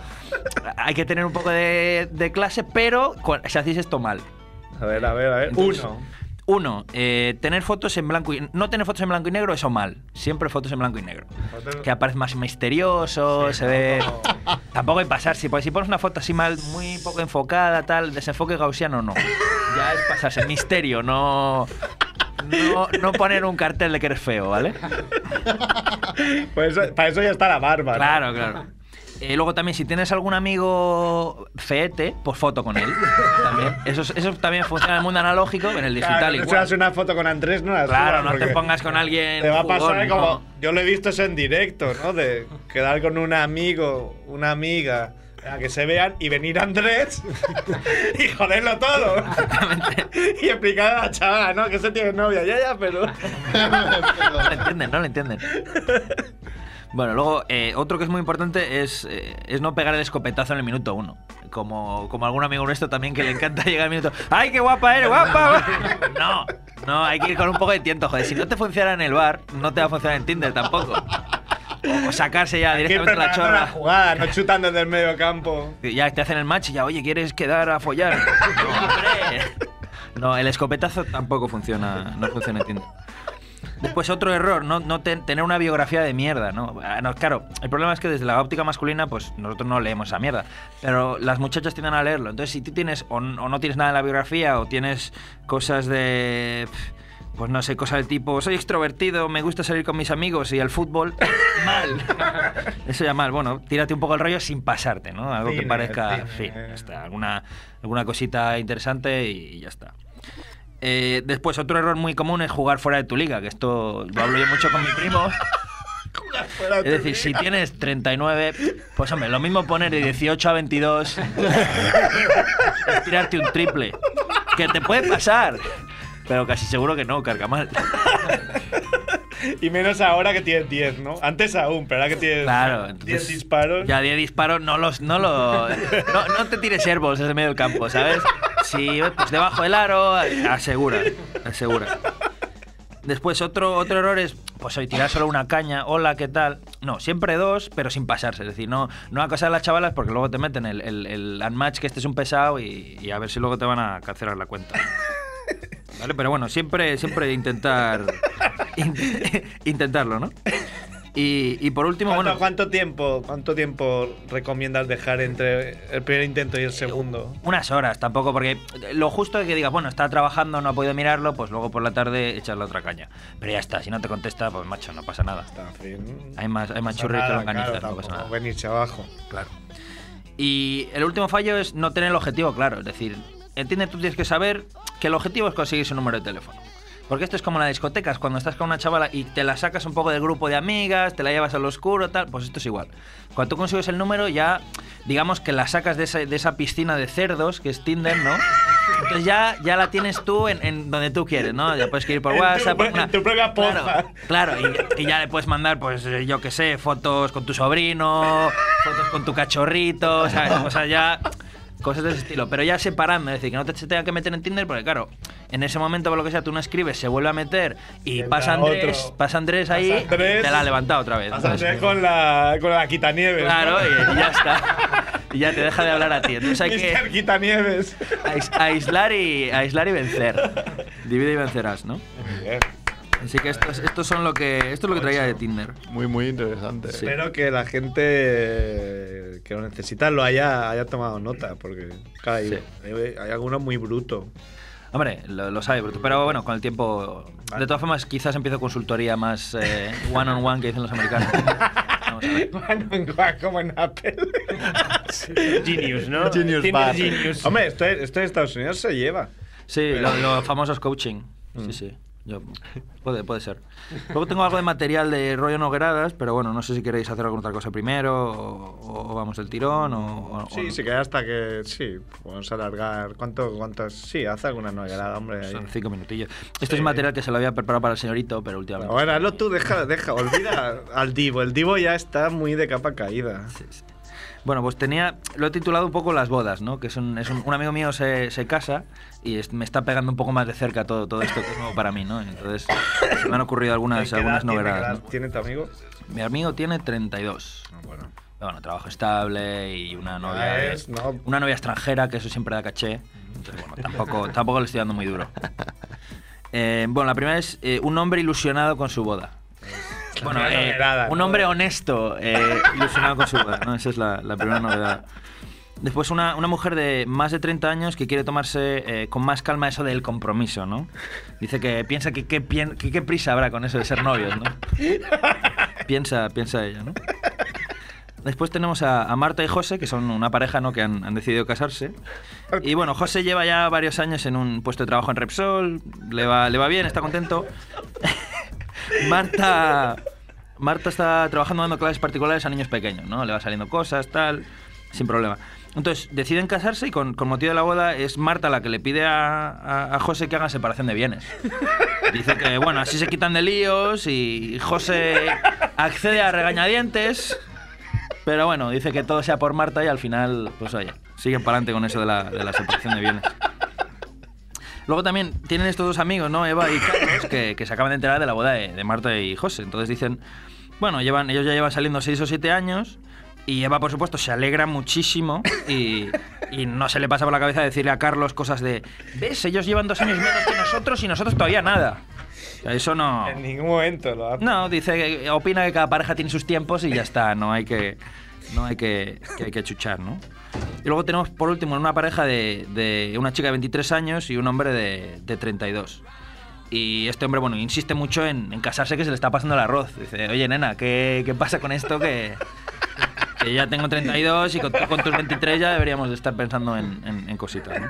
Speaker 4: Hay que tener un poco de, de clase, pero cu- si hacéis esto mal.
Speaker 2: A ver, a ver, a ver.
Speaker 4: Entonces-
Speaker 2: Uno.
Speaker 4: Uno, eh, tener fotos en blanco y no tener fotos en blanco y negro, eso mal. Siempre fotos en blanco y negro. Que aparece más misterioso, se ve. Tampoco hay pasarse, porque si pones una foto así mal, muy poco enfocada, tal, desenfoque gaussiano, no. Ya es pasarse, misterio, no. No, no poner un cartel de que eres feo, ¿vale?
Speaker 2: Pues eso- para eso ya está la barba. ¿no?
Speaker 4: Claro, claro. Eh, luego también, si tienes algún amigo feete, pues foto con él. También. Eso, es- eso también funciona en el mundo analógico, en el digital
Speaker 2: Claro, no te
Speaker 4: igual.
Speaker 2: hagas una foto con Andrés, no la
Speaker 4: Claro,
Speaker 2: subas,
Speaker 4: no te
Speaker 2: porque
Speaker 4: pongas con alguien.
Speaker 2: Te va a
Speaker 4: jugón,
Speaker 2: pasar
Speaker 4: ¿no?
Speaker 2: como. Yo lo he visto eso en directo, ¿no? De quedar con un amigo, una amiga, a que se vean y venir Andrés y joderlo todo. y explicar a la chavala, ¿no? Que se tiene novia, ya, ya, pero.
Speaker 4: No lo entienden, no lo entienden. Bueno, luego, eh, otro que es muy importante es, eh, es no pegar el escopetazo en el minuto uno. Como, como algún amigo nuestro también que le encanta llegar al minuto. ¡Ay, qué guapa eres, guapa! guapa! No, no, hay que ir con un poco de tiento, joder. Si no te funciona en el bar, no te va a funcionar en Tinder tampoco. O, o sacarse ya
Speaker 2: Que
Speaker 4: directamente la
Speaker 2: preparando la
Speaker 4: chorra.
Speaker 2: jugada, no chutando desde el medio campo.
Speaker 4: Ya te hacen el match y ya, oye, ¿quieres quedar a follar? No, hombre. No, el escopetazo tampoco funciona, no funciona en Tinder. Después otro error, no, no ten- tener una biografía de mierda, ¿no? Ah, ¿no? Claro, el problema es que desde la óptica masculina, pues nosotros no leemos esa mierda, pero las muchachas tienden a leerlo. Entonces, si tú tienes o, n- o no tienes nada en la biografía o tienes cosas de... pf, Pues no sé, cosas del tipo, soy extrovertido, me gusta salir con mis amigos y el fútbol, mal. Eso ya mal, bueno, tírate un poco el rollo sin pasarte, ¿no? Algo que
Speaker 2: Cine,
Speaker 4: parezca,
Speaker 2: cine.
Speaker 4: sí, ya está, alguna, alguna cosita interesante y ya está. Eh, después, otro error muy común es jugar fuera de tu liga, que esto lo hablo yo mucho con mi primo. Es decir, si tienes 39, pues hombre, lo mismo poner de 18 a 22 es tirarte un triple. Que te puede pasar, pero casi seguro que no, carga mal.
Speaker 2: Y menos ahora que tienes 10, ¿no? Antes aún, pero ahora que tienes
Speaker 4: Claro,
Speaker 2: 10
Speaker 4: entonces,
Speaker 2: disparos.
Speaker 4: Ya 10 disparos, no los. No, lo, no, no te tires servos desde medio del campo, ¿sabes? Si pues debajo del aro, asegura, asegura. Después, otro, otro error es, pues hoy tirar solo una caña, hola, ¿qué tal? No, siempre dos, pero sin pasarse. Es decir, no, no acosar a las chavalas porque luego te meten el, el, el unmatch que este es un pesado y, y a ver si luego te van a cancelar la cuenta. ¿Vale? Pero bueno, siempre, siempre intentar. in- intentarlo, ¿no? Y, y por último,
Speaker 2: ¿Cuánto,
Speaker 4: bueno.
Speaker 2: cuánto tiempo, ¿Cuánto tiempo recomiendas dejar entre el primer intento y el segundo?
Speaker 4: Unas horas, tampoco, porque lo justo es que digas, bueno, está trabajando, no ha podido mirarlo, pues luego por la tarde echarle otra caña. Pero ya está, si no te contesta, pues macho, no pasa nada. Hay más, hay más churri que longaniza, no pasa nada.
Speaker 2: pues, Venirse abajo.
Speaker 4: Claro. Y el último fallo es no tener el objetivo claro. Es decir, entiende, tú tienes que saber que el objetivo es conseguir su número de teléfono. Porque esto es como en las discotecas, cuando estás con una chavala y te la sacas un poco del grupo de amigas, te la llevas al oscuro, tal, pues esto es igual. Cuando tú consigues el número, ya digamos que la sacas de esa, de esa piscina de cerdos que es Tinder, ¿no? Entonces ya, ya la tienes tú en, en donde tú quieres, ¿no? Ya puedes ir por
Speaker 2: En tu-
Speaker 4: WhatsApp. por
Speaker 2: en tu propia
Speaker 4: Claro,
Speaker 2: porfa.
Speaker 4: Claro, y, y ya le puedes mandar, pues, eh, yo qué sé, fotos con tu sobrino, fotos con tu cachorrito, ¿sabes? O sea, ya. Cosas de ese estilo. Pero ya separando, es decir, que no te se tenga que meter en Tinder, porque claro, en ese momento, por lo que sea, tú no escribes, se vuelve a meter y
Speaker 2: Entra
Speaker 4: pasa Andrés,
Speaker 2: otro.
Speaker 4: pasa Andrés ahí
Speaker 2: Pasa Andrés.
Speaker 4: y te la ha levantado otra vez.
Speaker 2: Pásate
Speaker 4: Entonces,
Speaker 2: con la, con la quitanieves.
Speaker 4: Claro, y,
Speaker 2: ¿no?
Speaker 4: y ya está. y ya te deja de hablar a ti. Entonces hay que
Speaker 2: Mister Quitanieves.
Speaker 4: ais- aislar y, aislar y vencer. Divide y vencerás, ¿no? Así que esto, es- esto son lo que, esto es lo que traía de Tinder.
Speaker 3: Muy, muy interesante.
Speaker 4: Sí.
Speaker 2: Espero que la gente que lo necesita lo haya, haya tomado nota, porque claro, hay,
Speaker 4: Sí.
Speaker 2: hay- hay alguno muy bruto.
Speaker 4: Hombre, lo, lo sabe, Bruto, pero bueno, con el tiempo... De todas formas, quizás empiezo consultoría más eh, one on one que dicen los americanos. Vamos a ver.
Speaker 2: Mano en guac, como en Apple.
Speaker 7: Genius, ¿no?
Speaker 3: Genius
Speaker 7: Tinder
Speaker 3: bar.
Speaker 7: Genius.
Speaker 2: Hombre, esto, esto en Estados Unidos se lleva. Mm.
Speaker 4: Sí, lo- los famosos coaching. Sí, sí. Yo- puede, puede ser. Luego tengo algo de material de rollo Nogueradas, pero bueno, no sé si queréis hacer alguna otra cosa primero o, o vamos del tirón o... o- o-
Speaker 2: Sí, sí, que hasta que. Sí, vamos a alargar. ¿Cuánto, cuántas? Sí, hace alguna novedad, hombre. ahí.
Speaker 4: Son cinco minutillos. Esto es material que se lo había preparado para el señorito, pero últimamente...
Speaker 2: Ahora, hazlo tú, deja, deja, olvida al Divo. El Divo ya está muy de capa caída.
Speaker 4: Sí, sí. Bueno, pues tenía, lo he titulado un poco las bodas, ¿no? Que es un, es un, un amigo mío se, se casa y es- me está pegando un poco más de cerca todo, todo esto que es nuevo para mí, ¿no? Entonces se me han ocurrido algunas,
Speaker 2: ¿Qué edad
Speaker 4: algunas
Speaker 2: tiene, qué
Speaker 4: novedades.
Speaker 2: edad
Speaker 4: ¿no?
Speaker 2: ¿Tiene tu amigo? Ah,
Speaker 4: Mi amigo tiene 32. Pero Bueno, trabajo estable y una novia,
Speaker 2: es- no.
Speaker 4: una novia extranjera, que eso siempre da caché. Entonces, bueno, tampoco, tampoco le estoy dando muy duro. Eh, bueno, la primera es eh, un hombre ilusionado con su boda. Bueno,
Speaker 2: primera
Speaker 4: eh,
Speaker 2: novedad,
Speaker 4: un
Speaker 2: ¿no?
Speaker 4: hombre honesto eh, ilusionado con su boda. ¿no? Esa es la, la primera novedad. Después una, una mujer de más de 30 años que quiere tomarse eh, con más calma eso del compromiso, ¿no? Dice que piensa que qué pien- que qué prisa habrá con eso de ser novios, ¿no? piensa, piensa ella, ¿no? Después tenemos a, a Marta y José, que son una pareja ¿no? que han, han decidido casarse. Y bueno, José lleva ya varios años en un puesto de trabajo en Repsol, le va, le va bien, está contento. Marta, Marta está trabajando dando clases particulares a niños pequeños, ¿no? Le va saliendo cosas, tal, sin problema. Entonces, deciden casarse y con, con motivo de la boda es Marta la que le pide a, a- a José que hagan separación de bienes. Dice que, bueno, así se quitan de líos y José accede a regañadientes. Pero bueno, dice que todo sea por Marta y al final, pues oye, siguen para adelante con eso de la, de la separación de bienes. Luego también tienen estos dos amigos, ¿no? Eva y Carlos, que, que se acaban de enterar de la boda de, de Marta y José. Entonces dicen, bueno, llevan, ellos ya llevan saliendo seis o siete años y Eva, por supuesto, se alegra muchísimo y, y no se le pasa por la cabeza decirle a Carlos cosas de, ¿ves? Ellos llevan dos años menos que nosotros y nosotros todavía nada. O sea, Eso no...
Speaker 2: En ningún momento lo hace.
Speaker 4: No, dice que opina que cada pareja tiene sus tiempos y ya está, no hay que no hay que, que hay que chuchar, ¿no? Y luego tenemos por último una pareja de, de una chica de 23 años y un hombre de, de 32. Y este hombre, bueno, insiste mucho en, en casarse que se le está pasando el arroz. Dice, oye, nena, ¿qué, qué pasa con esto? Que, que ya tengo 32 y con, tu- con tus 23 ya deberíamos de estar pensando en, en- en cositas, ¿no?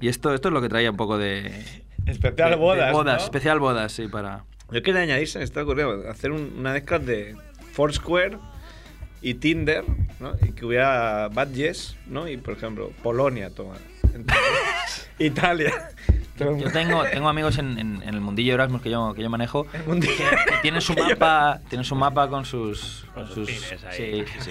Speaker 4: Y esto, esto es lo que traía un poco de...
Speaker 2: Especial
Speaker 4: de- de
Speaker 2: bodas.
Speaker 4: bodas,
Speaker 2: ¿no?
Speaker 4: especial bodas, sí, para...
Speaker 2: Yo quería añadir, se me está ocurriendo, hacer un- una mezcla de Foursquare y Tinder, ¿no? Y que hubiera badges, ¿no? Y, por ejemplo, Polonia, toma. Entonces, Italia. Todo el
Speaker 4: Yo
Speaker 2: mundo-
Speaker 4: tengo, tengo amigos en, en- en el mundillo Erasmus que yo, que yo manejo que,
Speaker 2: el mundo-
Speaker 4: que tienen su mapa, tienen su mapa con sus,
Speaker 7: Con sus pines ahí.
Speaker 4: sí, sí, sí.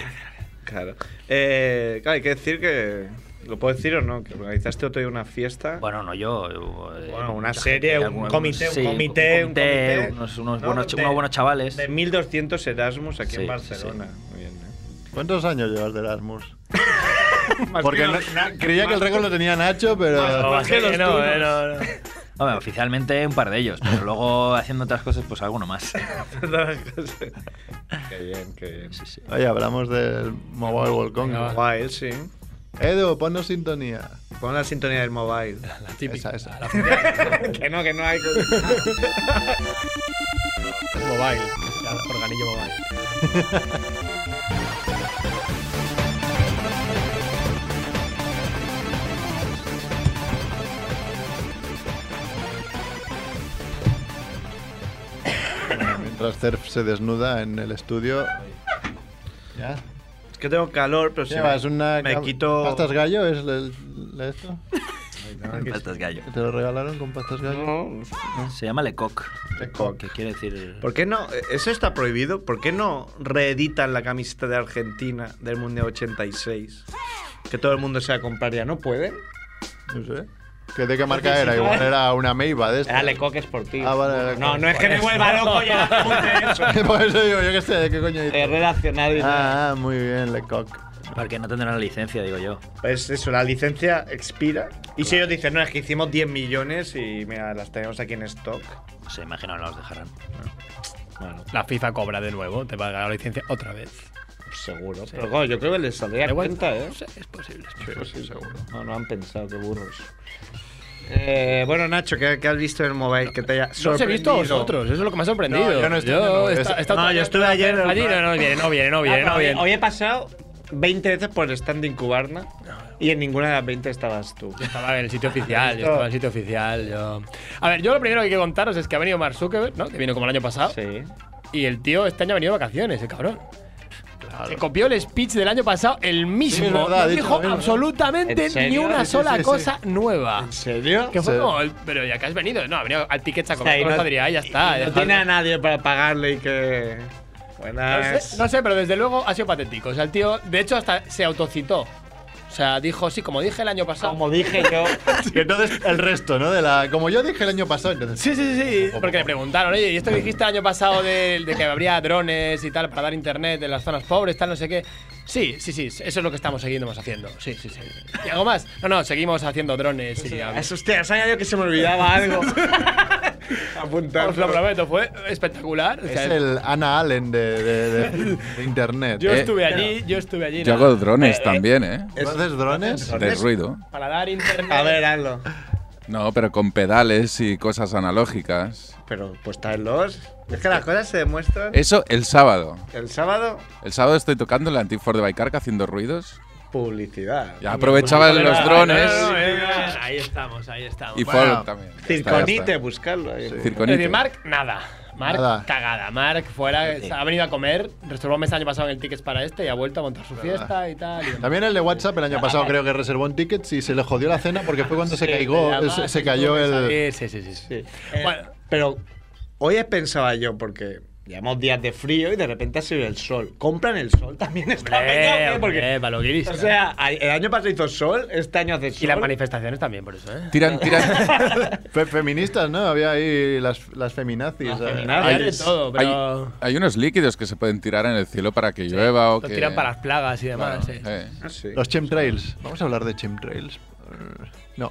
Speaker 2: Claro. Eh, claro, hay que decir que... ¿Lo puedo decir o no? Que organizaste otro día una fiesta.
Speaker 4: Bueno, no yo. yo, eh,
Speaker 2: Bueno, una
Speaker 4: mucha
Speaker 2: serie,
Speaker 4: gente,
Speaker 2: un
Speaker 4: algunos-
Speaker 2: comité, un
Speaker 4: sí,
Speaker 2: comité, un comité,
Speaker 4: unos, unos
Speaker 2: ¿no?
Speaker 4: buenos, ch-
Speaker 2: De-
Speaker 4: unos buenos chavales.
Speaker 2: De 1200 Erasmus aquí en
Speaker 4: Sí,
Speaker 2: Barcelona.
Speaker 4: sí,
Speaker 2: Muy bien, ¿eh?
Speaker 3: ¿Cuántos años llevas de Erasmus?
Speaker 2: Más
Speaker 3: Porque
Speaker 2: que
Speaker 3: no-
Speaker 2: los na-
Speaker 3: creía que el récord lo tenía Nacho,
Speaker 2: Ah,
Speaker 3: pero...
Speaker 7: No, que no, eh, no, no.
Speaker 4: Hombre, oficialmente un par de ellos, pero luego haciendo otras cosas, pues alguno más.
Speaker 2: Qué bien, qué bien.
Speaker 4: Sí, sí.
Speaker 3: Oye, hablamos del Mobile World Congress.
Speaker 2: Mobile, sí.
Speaker 3: Edu, ponnos sintonía.
Speaker 2: Pon la sintonía del mobile.
Speaker 3: Esa, esa.
Speaker 2: que no, que no hay.
Speaker 7: Mobile. Organillo mobile.
Speaker 3: Mientras Cerf se desnuda en el estudio... ¿Ya?
Speaker 2: Es que tengo calor, pero si
Speaker 3: ¿Qué llevas? ¿Una
Speaker 2: me
Speaker 3: cam-
Speaker 2: quito.
Speaker 3: pastas gallo? ¿Es el- el- esto?
Speaker 4: Patas gallo.
Speaker 3: ¿Que ¿Te lo regalaron con pastas gallo?
Speaker 2: No.
Speaker 4: Se llama Lecoq.
Speaker 2: Lecoq.
Speaker 4: Que quiere decir.
Speaker 2: ¿Por qué no? E-, Eso está prohibido. ¿Por qué no reeditan la camiseta de Argentina del Mundial 86? Que todo el mundo se la compraría. ¿No pueden?
Speaker 3: No sé. ¿Que ¿De qué marca era? Igual era una Meiba de estas.
Speaker 2: es por ti.
Speaker 3: Ah, vale, Lecoq.
Speaker 2: No, no es que me vuelva loco ya. apunte eso.
Speaker 3: Por eso digo, yo qué sé, ¿de qué coño dices?
Speaker 2: Es relacionado y
Speaker 3: Ah, ah, muy bien, Lecoq.
Speaker 4: Porque no tendrán la licencia, digo yo.
Speaker 2: Pues eso, la licencia expira. Y si ellos dicen, no, es que hicimos 10 millones y mira, las tenemos aquí en stock.
Speaker 4: Se imagino que no los dejarán. Bueno.
Speaker 7: La FIFA cobra de nuevo, te va a ganar la licencia otra vez.
Speaker 1: Seguro. Pero coño, yo creo que les saldría
Speaker 7: Da igual.
Speaker 1: cuenta, ¿eh?
Speaker 7: Sí, Es posible.
Speaker 3: seguro.
Speaker 1: No, no han pensado, qué burros. Eh, bueno, Nacho, ¿qué, qué has visto en el mobile que te haya
Speaker 7: No os he visto a
Speaker 1: sorprendido?
Speaker 7: vosotros, eso es lo que me ha sorprendido.
Speaker 3: No, yo no estoy
Speaker 7: yo,
Speaker 3: haciendo
Speaker 7: he
Speaker 3: eso.
Speaker 7: esta- he estado
Speaker 2: No,
Speaker 7: todo-
Speaker 2: yo estuve ayer en el
Speaker 7: Allí no, no viene, no viene, no
Speaker 1: Ah,
Speaker 7: viene,
Speaker 1: pero
Speaker 7: no
Speaker 1: hoy,
Speaker 7: viene.
Speaker 1: hoy he pasado 20 veces por el stand de Incubarna y en ninguna de las 20 estabas tú.
Speaker 7: Estaba en el sitio oficial, yo estaba en el sitio oficial. Yo... A ver, yo lo primero que hay que contaros es que ha venido Mark Zuckerberg, ¿no? Que vino como el año pasado.
Speaker 1: Sí.
Speaker 7: Y el tío este año ha venido de vacaciones, el cabrón. Se copió el speech del año pasado, el mismo.
Speaker 3: es verdad,
Speaker 7: no
Speaker 3: ha dicho
Speaker 7: dijo
Speaker 3: lo mismo.
Speaker 7: absolutamente
Speaker 1: ¿En serio?
Speaker 7: ni una
Speaker 3: Sí, sí,
Speaker 7: sola
Speaker 3: sí, sí.
Speaker 7: cosa nueva.
Speaker 1: ¿En serio?
Speaker 7: Que fue
Speaker 3: Sí.
Speaker 7: como, el- pero ya que has venido, no, ha venido al ticket a comer
Speaker 1: sea, y
Speaker 7: con
Speaker 1: no-
Speaker 7: Adrià y ya está. ya
Speaker 1: No
Speaker 7: está.
Speaker 1: tiene a nadie para pagarle y que. Buenas.
Speaker 7: No sé, no sé, pero desde luego ha sido patético. O sea, el tío, de hecho, hasta se autocitó. O sea, dijo, sí, como dije el año pasado.
Speaker 1: Como dije yo.
Speaker 3: Y entonces el resto, ¿no? De la, como yo dije el año pasado, entonces.
Speaker 7: Sí, sí, sí, sí, porque le preguntaron, oye, ¿y esto que dijiste el año pasado de, de que habría drones y tal para dar internet en las zonas pobres, tal, no sé qué? Sí, sí, sí, eso es lo que estamos seguimos haciendo. Sí, sí, sí. ¿Y algo más? No, no, seguimos haciendo drones y...
Speaker 1: Es usted, sabía yo que se me olvidaba algo. Apuntar.
Speaker 7: Os lo prometo, fue espectacular. O
Speaker 3: Es
Speaker 7: sea,
Speaker 3: el Ana Allen de, de- de- de internet.
Speaker 7: Yo
Speaker 5: eh,
Speaker 7: estuve allí, yo estuve allí.
Speaker 5: Yo
Speaker 7: nada,
Speaker 5: hago drones también, ¿eh?
Speaker 3: ¿No haces drones?
Speaker 5: De ruido.
Speaker 7: Para dar internet.
Speaker 1: A ver, hazlo.
Speaker 5: No, pero con pedales y cosas analógicas.
Speaker 1: Pero pues los. Es que las cosas se demuestran.
Speaker 5: Eso el sábado.
Speaker 1: El sábado,
Speaker 5: El sábado estoy tocando el Antifor de Baicarca haciendo ruidos.
Speaker 1: publicidad.
Speaker 5: Ya aprovechaba
Speaker 7: Vale,
Speaker 5: los
Speaker 7: vale,
Speaker 5: drones
Speaker 7: no, no, no, eh, Ahí estamos, ahí estamos.
Speaker 5: y
Speaker 7: Es
Speaker 5: folk
Speaker 3: Bueno.
Speaker 5: también. Ya está, ya está.
Speaker 1: Circonite, buscarlo. ahí.
Speaker 5: Circonite.
Speaker 7: decir, Mark, nada. Mark,
Speaker 3: Nada.
Speaker 7: cagada. Mark fuera, ha venido a comer, reservó mesa el año pasado en el Tickets para este y ha vuelto a montar su fiesta y tal. y demás.
Speaker 3: También el de WhatsApp el año pasado creo que reservó en tickets y se le jodió la cena porque fue cuando se
Speaker 7: Sí,
Speaker 3: caigó,
Speaker 7: la
Speaker 3: se,
Speaker 7: base,
Speaker 3: se cayó
Speaker 7: tuvo
Speaker 2: pues
Speaker 7: que
Speaker 3: el.
Speaker 7: salir, Sí, sí, sí. sí.
Speaker 1: Sí. Eh,
Speaker 7: Bueno.
Speaker 1: Pero hoy pensaba yo, porque llevamos días de frío y de repente ha sido el sol. Compran el sol también esta mañana, ¿eh?
Speaker 7: Hombre,
Speaker 1: porque,
Speaker 7: hombre, paloguiris.
Speaker 1: O sea, a- el año pasado hizo sol, este año hace sol.
Speaker 7: y las manifestaciones también, por eso, ¿eh?
Speaker 5: Tiran, tiran.
Speaker 3: Fe- feministas, ¿no? Había ahí las, las feminazis.
Speaker 1: Las
Speaker 3: eh.
Speaker 1: feminazis.
Speaker 7: Hay
Speaker 3: Ay,
Speaker 7: de todo,
Speaker 5: Hay,
Speaker 7: pero
Speaker 5: hay unos líquidos que se pueden tirar en el cielo para que llueva o
Speaker 7: lo
Speaker 5: que.
Speaker 7: tiran para las plagas y demás. sí.
Speaker 5: Eh.
Speaker 1: Sí.
Speaker 3: Los chemtrails. Vamos a hablar de chemtrails. No.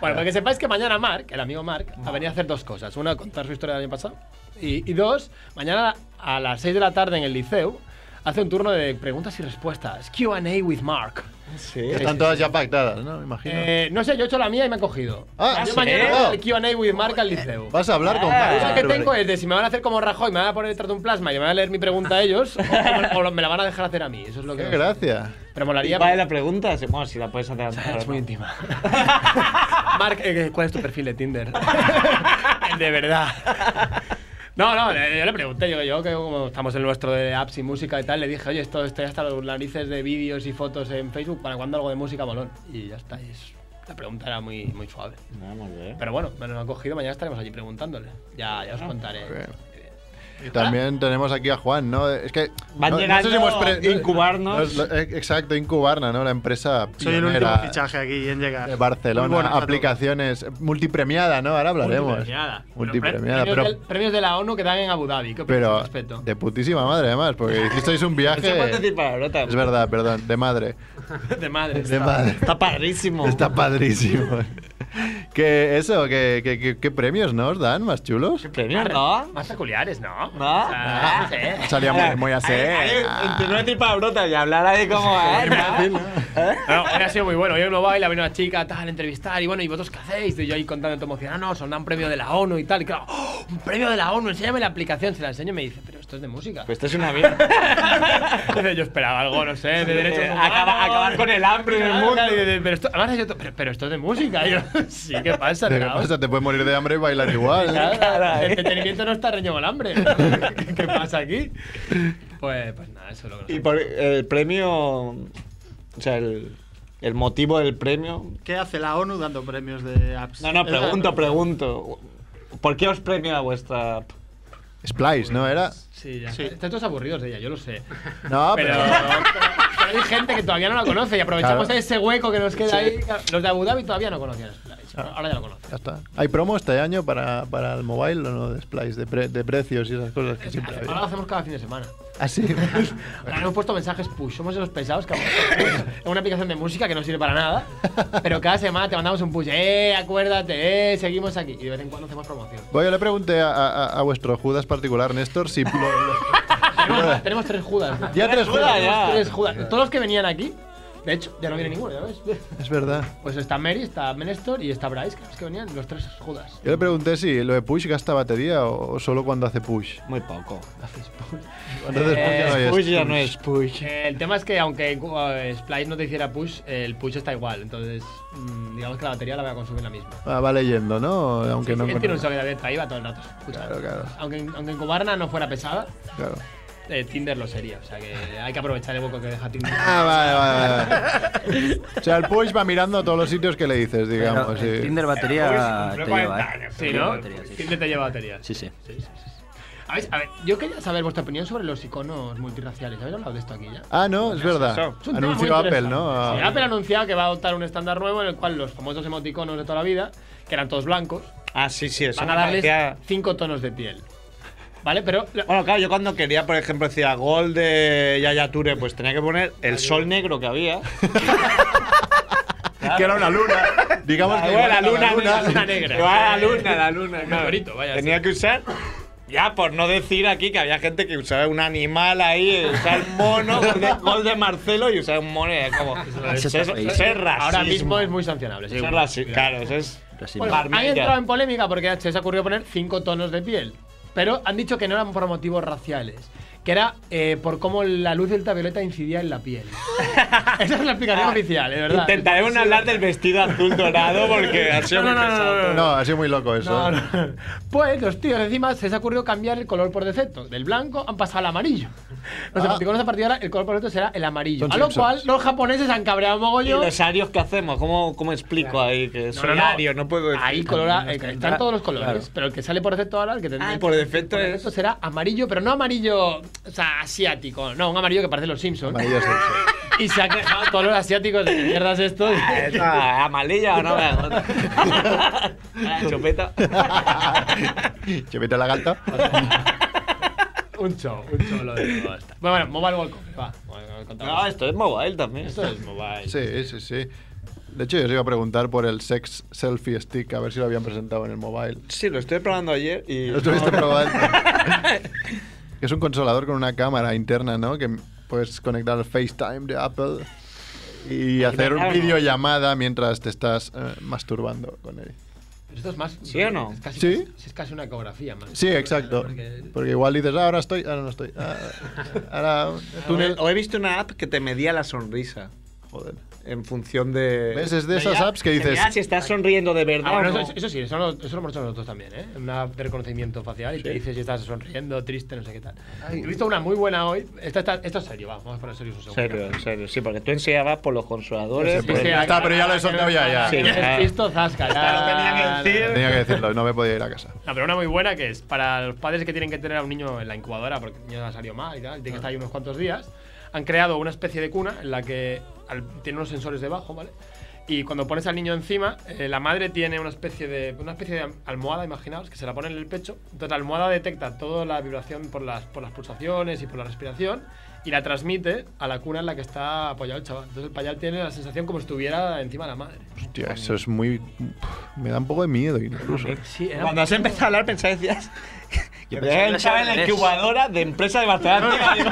Speaker 7: Bueno, para que sepáis que mañana Mark, el amigo Mark, ha venido a hacer dos cosas. Una, contar su historia del año pasado. Y, y dos, mañana a las 6 de la tarde en el Liceu hace un turno de preguntas y respuestas. QA with Mark.
Speaker 1: Sí.
Speaker 3: Están todas ya pactadas, ¿no? Me imagino.
Speaker 7: Eh, no sé, yo he hecho la mía y me han cogido.
Speaker 3: Ah,
Speaker 7: yo
Speaker 3: ¿sí?
Speaker 7: mañana voy
Speaker 3: Oh.
Speaker 7: al QA with Mark al Liceu.
Speaker 3: Vas a hablar con
Speaker 7: La
Speaker 3: Mark
Speaker 7: cosa que tengo
Speaker 3: Zuckerberg.
Speaker 7: Ah, es de si me van a hacer como Rajoy, me van a poner el trato en plasma y me van a leer mi pregunta a ellos, o, como- o me la van a dejar hacer a mí. Eso es lo que.
Speaker 3: Qué gracia.
Speaker 7: Pero
Speaker 1: ¿Y
Speaker 7: molaría.
Speaker 1: vale la pregunta? Sí, Bueno, si la puedes adelantar.
Speaker 7: Es
Speaker 1: ¿no?
Speaker 7: muy íntima. Mark, eh, ¿cuál es tu perfil de Tinder?
Speaker 1: Ah,
Speaker 7: de verdad. No, no, le- yo le pregunté, yo, yo que como estamos en nuestro de apps y música y tal, le dije, oye, esto estoy hasta los narices de vídeos y fotos en Facebook, ¿para cuándo algo de música molón? Y ya está, y es- la pregunta era muy, muy suave.
Speaker 3: Ah,
Speaker 1: No, muy bien.
Speaker 7: Pero bueno, me lo han cogido, mañana estaremos allí preguntándole. Ya, ya os contaré.
Speaker 3: Ah, Y también tenemos aquí a Juan, ¿no? Es que.
Speaker 1: Van
Speaker 3: no, no sé
Speaker 1: llegando
Speaker 3: si hemos pre-
Speaker 1: Incubarnos.
Speaker 3: No, es lo- eh, Exacto, Incubarna, ¿no? La empresa
Speaker 9: Soy el último
Speaker 3: pionera
Speaker 9: fichaje aquí en llegar.
Speaker 3: de Barcelona.
Speaker 9: Muy buenos a todos.
Speaker 3: Aplicaciones multipremiada, ¿no? Ahora hablaremos.
Speaker 7: Multipremiada.
Speaker 3: Multipremiada,
Speaker 7: premios,
Speaker 3: pero.
Speaker 7: del- premios de la ONU que dan en Abu Dhabi, ¿qué opinas al
Speaker 3: Pero
Speaker 7: respecto?
Speaker 3: de putísima madre, además, porque hicisteis un
Speaker 1: Puedes decir
Speaker 3: viaje.
Speaker 1: palabrota.
Speaker 3: Es verdad, perdón, de madre.
Speaker 7: De madre.
Speaker 3: De madre.
Speaker 1: Está padrísimo.
Speaker 3: Está padrísimo. que eso, que, que- que- ¿qué premios nos dan más chulos?
Speaker 1: Premio, ¿no?
Speaker 7: Más peculiares, ¿no?
Speaker 1: ¿No?
Speaker 7: O sea, no sé.
Speaker 3: Salía muy, muy así.
Speaker 1: Ahí, ahí,
Speaker 3: ah.
Speaker 1: entre no decir palabrota y hablar ahí como. ¿eh? ¿no? ¿Eh?
Speaker 7: No, no, hoy ha sido muy bueno. Yo en Mobile ha venido una chica tal, a entrevistar y bueno, ¿y vosotros qué hacéis? Y yo ahí contando todo emocionado, no, son un premio de la ONU y tal. Y claro, "Oh, un premio de la ONU, enséñame la aplicación. Se la enseño y me dice, pero esto es de música.
Speaker 1: Pues esto es una mierda.
Speaker 7: Entonces yo esperaba algo, no sé, de derechos humanos.
Speaker 1: Acaba- acabar con el hambre en el
Speaker 7: Claro,
Speaker 1: mundo.
Speaker 7: claro, y de- de- Pero esto, además yo to- pero, pero esto es de música. Y yo, sí, ¿qué pasa?
Speaker 3: ¿Qué
Speaker 7: claro?".
Speaker 3: pasa? Te puedes morir de hambre y bailar igual.
Speaker 7: Claro,
Speaker 3: ¿eh?
Speaker 7: claro, el entretenimiento no está reñido al hambre. ¿Qué- ¿Qué pasa aquí? Pues, pues nada, eso es lo que
Speaker 1: Y
Speaker 7: nos
Speaker 1: por el premio. O sea, el, el motivo del premio.
Speaker 9: ¿Qué hace la ONU dando premios de apps?
Speaker 1: No, no, pregunto, pregunto. ¿Por qué os premia vuestra app? Eh,
Speaker 3: Splice, ¿no era?
Speaker 7: Sí, ya.
Speaker 9: Sí.
Speaker 7: Están todos aburridos de ella, yo lo sé.
Speaker 3: No,
Speaker 7: Pero,
Speaker 3: pero.
Speaker 7: pero hay gente que todavía no la conoce y aprovechamos
Speaker 3: Claro.
Speaker 7: ese hueco que nos queda ahí. Los de Abu Dhabi todavía no conocían. Splice.
Speaker 3: Ah.
Speaker 7: Ahora ya lo conocen.
Speaker 3: Ya está. ¿Hay promo este año para, para el mobile o no de Splice, de, pre- de precios y esas cosas que siempre
Speaker 7: Ahora lo
Speaker 3: había?
Speaker 7: hacemos cada fin de semana.
Speaker 3: ¿Ah, sí?
Speaker 7: Ahora hemos puesto mensajes push. Somos esos pesados que es una aplicación de música que no sirve para nada. Pero cada semana te mandamos un push. Eh, acuérdate, eh, seguimos aquí. Y de vez en cuando hacemos promoción.
Speaker 3: Bueno, yo le pregunté a, a- a vuestro Judas particular, Néstor, si... lo- lo-
Speaker 7: tenemos, tenemos tres Judas.
Speaker 3: Ya tres Judas,
Speaker 7: tenemos
Speaker 3: ya.
Speaker 7: tres Judas. Todos los que venían aquí, de hecho, ya no viene ninguno, ¿ya ves?
Speaker 3: es verdad.
Speaker 7: Pues está Mary, está Menestor y está Bryce, que, es que venían los tres Judas.
Speaker 3: Yo le pregunté si lo de push gasta batería o, o solo cuando hace push.
Speaker 2: Muy poco. Eh,
Speaker 3: Cuando haces push ya no hay
Speaker 2: Push ya
Speaker 3: push.
Speaker 2: no es push.
Speaker 7: Eh, El tema es que aunque eh, Splice no te hiciera push, eh, el push está igual. Entonces, mm, digamos que la batería la voy a consumir la misma.
Speaker 3: Ah, va leyendo, ¿no? Aunque no...
Speaker 7: Él tiene un sonido abierto ahí, va todo el rato. escucha.
Speaker 3: Claro, claro,
Speaker 7: Aunque, aunque en Cubarna no fuera pesada,
Speaker 3: claro.
Speaker 7: eh, Tinder lo sería. O sea que hay que aprovechar el hueco que deja Tinder.
Speaker 3: Ah, vale, vale, vale. O sea, el push va mirando a todos los sitios que le dices, digamos.
Speaker 4: Pero
Speaker 3: sí.
Speaker 4: el Tinder batería te lleva, ¿eh?
Speaker 7: Sí,
Speaker 4: Te lleva
Speaker 7: ¿no?
Speaker 4: batería, sí.
Speaker 7: Tinder te lleva batería.
Speaker 4: Sí, sí.
Speaker 7: A ver, a ver, yo quería saber vuestra opinión sobre los iconos multiraciales. ¿Habéis hablado de esto aquí ya?
Speaker 3: Ah, no, es verdad.
Speaker 7: Es un tema muy
Speaker 3: Anunció Apple,
Speaker 7: interesante.
Speaker 3: ¿no? Ah,
Speaker 7: Sí, Apple ha anunciado que va a adoptar un estándar nuevo en el cual los famosos emoticonos de toda la vida, que eran todos blancos,
Speaker 2: Ah, sí, sí, eso.
Speaker 7: van a
Speaker 2: me
Speaker 7: darles
Speaker 2: parecía-
Speaker 7: cinco tonos de piel. ¿Vale? Pero la-
Speaker 2: Bueno, claro, yo cuando quería, por ejemplo, decir a gol de Yaya Touré, pues tenía que poner el sol negro que había.
Speaker 3: Que era una luna. Digamos que
Speaker 2: Igual
Speaker 3: igual era una
Speaker 2: negra,
Speaker 7: la luna negra.
Speaker 2: Igual la luna, la luna.
Speaker 7: Un
Speaker 2: claro.
Speaker 7: meteorito, vaya,
Speaker 2: Tenía que usar. Ya, por no decir aquí que había gente que usaba un animal ahí, eh, usaba un mono, gol de, gol de Marcelo y usaba un mono. y era como, Ah, eso, es- eso es racismo.
Speaker 7: ahora mismo es muy sancionable. sí.
Speaker 2: Eso es rasi- Claro, eso es.
Speaker 4: Racismo.
Speaker 7: Bueno, han
Speaker 2: Barmilla.
Speaker 7: entrado en polémica porque se les ha ocurrido poner cinco tonos de piel. Pero han dicho que no eran por motivos raciales. Que era eh, por cómo la luz ultravioleta incidía en la piel. Esa es la explicación oficial, de verdad.
Speaker 2: Intentaremos Ah, hablar del vestido azul dorado porque ha sido
Speaker 7: No,
Speaker 2: muy
Speaker 7: no, no,
Speaker 2: pesado.
Speaker 7: no, no,
Speaker 3: No, ha sido muy loco eso.
Speaker 7: No,
Speaker 3: ¿eh?
Speaker 7: no. Pues los tíos encima se les ha ocurrido cambiar el color por defecto. Del blanco han pasado al amarillo. Los
Speaker 3: Ah.
Speaker 7: emoticonos a partir de ahora el color por defecto será el amarillo.
Speaker 3: Son
Speaker 7: a lo
Speaker 3: Simpsons.
Speaker 7: cual los japoneses han cabreado
Speaker 2: ¿Y
Speaker 7: mogollón.
Speaker 2: los arios qué hacemos? ¿Cómo, cómo explico ahí que soy
Speaker 7: no, no.
Speaker 2: ario? No puedo decir.
Speaker 7: Ahí colora, eh, están todos los colores, pero el que sale por defecto ahora, el que tendrá-
Speaker 2: Ah, por defecto
Speaker 7: por
Speaker 2: es-
Speaker 7: defecto será amarillo, pero no amarillo, o sea, asiático, no, un amarillo que parece los Simpsons.
Speaker 3: Amarillo es eso.
Speaker 7: Y se ha quejado todos los asiáticos de que mierdas esto.
Speaker 2: Ah, ¿Amalilla o no? Ah, Chupeta.
Speaker 3: Chepita la gata.
Speaker 7: un show, un show lo de todo esto. Bueno, bueno, Mobile World Cup, va. Bueno, contamos.
Speaker 2: No, Ah, esto es mobile también.
Speaker 7: Esto es mobile.
Speaker 3: Sí, sí, sí. De hecho, yo os iba a preguntar por el sex selfie stick, a ver si lo habían presentado en el mobile.
Speaker 2: Sí, lo estoy probando ayer y.
Speaker 3: Lo estuviste probando. es un consolador con una cámara interna, ¿no? Que puedes conectar al FaceTime de Apple y hacer un
Speaker 2: mandarlo.
Speaker 3: videollamada mientras te estás eh, masturbando con él.
Speaker 7: Pero Esto es más.
Speaker 2: ¿Sí o no?
Speaker 7: Es casi,
Speaker 3: Sí.
Speaker 7: Es casi una ecografía más.
Speaker 3: Sí, exacto.
Speaker 7: Porque-
Speaker 3: Porque igual dices, "Ah, ahora estoy, ahora no estoy. ah, ahora túnel.
Speaker 2: O he visto una app que te medía la sonrisa
Speaker 3: Joder.
Speaker 2: en función de.
Speaker 3: ¿Ves? Es de esas apps que
Speaker 2: te
Speaker 3: dices-
Speaker 2: veía si estás sonriendo de verdad.
Speaker 7: Ah, bueno,
Speaker 2: o no.
Speaker 7: eso, eso sí, eso lo, eso lo hemos hecho nosotros también, ¿eh? Una de reconocimiento facial y te dices si estás sonriendo, triste, no sé qué tal. He visto una muy buena hoy. Esta, esta- esto es serio, va, vamos a poner serios un segundo.
Speaker 2: Serio, serio. Sí, porque tú enseñabas por los
Speaker 3: Sí,
Speaker 2: consoladores.
Speaker 3: sí,
Speaker 2: por-
Speaker 3: sí. Ya está, pero ya lo he sondeado ya, ya.
Speaker 2: Sí, ya.
Speaker 7: Esto zasca, ya.
Speaker 2: Lo tenía que decir.
Speaker 3: Tenía que decirlo, no me podía ir a casa.
Speaker 7: No, pero una muy buena que es para los padres que tienen que tener a un niño en la incubadora porque el niño ha salido mal y tal, y tiene que estar ahí unos cuantos días. Han creado una especie de cuna en la que al- tiene unos sensores debajo, ¿vale? Y cuando pones al niño encima, eh, la madre tiene una especie de una especie de almohada, imaginaos, que se la pone en el pecho. Entonces la almohada detecta toda la vibración por las, por las pulsaciones y por la respiración y la transmite a la cuna en la que está apoyado el chaval. Entonces el payal tiene la sensación como si estuviera encima de la madre.
Speaker 3: Hostia, eso es muy. Me da un poco de miedo incluso.
Speaker 7: Sí,
Speaker 2: Cuando has empezado a hablar, pensaba decías. Que
Speaker 4: pensaba que
Speaker 2: te estaba en la
Speaker 4: eres-
Speaker 2: incubadora de empresa de Barcelona. Digo,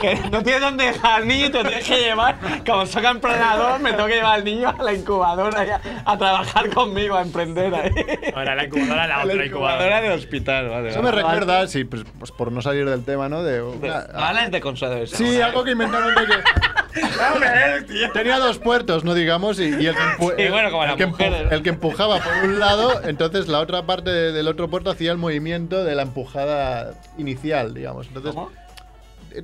Speaker 2: que no tienes dónde dejar al niño y te lo tienes que llevar. Como soy emprenador, me tengo que llevar al niño a la incubadora y a, a trabajar conmigo, a emprender ahí.
Speaker 7: Ahora la incubadora, la
Speaker 2: A
Speaker 7: otra incubadora.
Speaker 2: de hospital, vale.
Speaker 3: Eso me recuerda, sí, pues, pues por no salir del tema, ¿no? De una-
Speaker 2: Hablas de consoladores.
Speaker 3: Sí, algo que inventaron de que. Tenía dos puertos, no digamos, y, y el, que empu-
Speaker 2: Sí, bueno, como
Speaker 3: el
Speaker 2: las
Speaker 3: que
Speaker 2: mujeres, ¿no?
Speaker 3: el que empujaba por un lado, entonces la otra parte de- del otro puerto hacía el movimiento de la empujada inicial, digamos. Entonces,
Speaker 2: ¿Cómo?
Speaker 3: eh,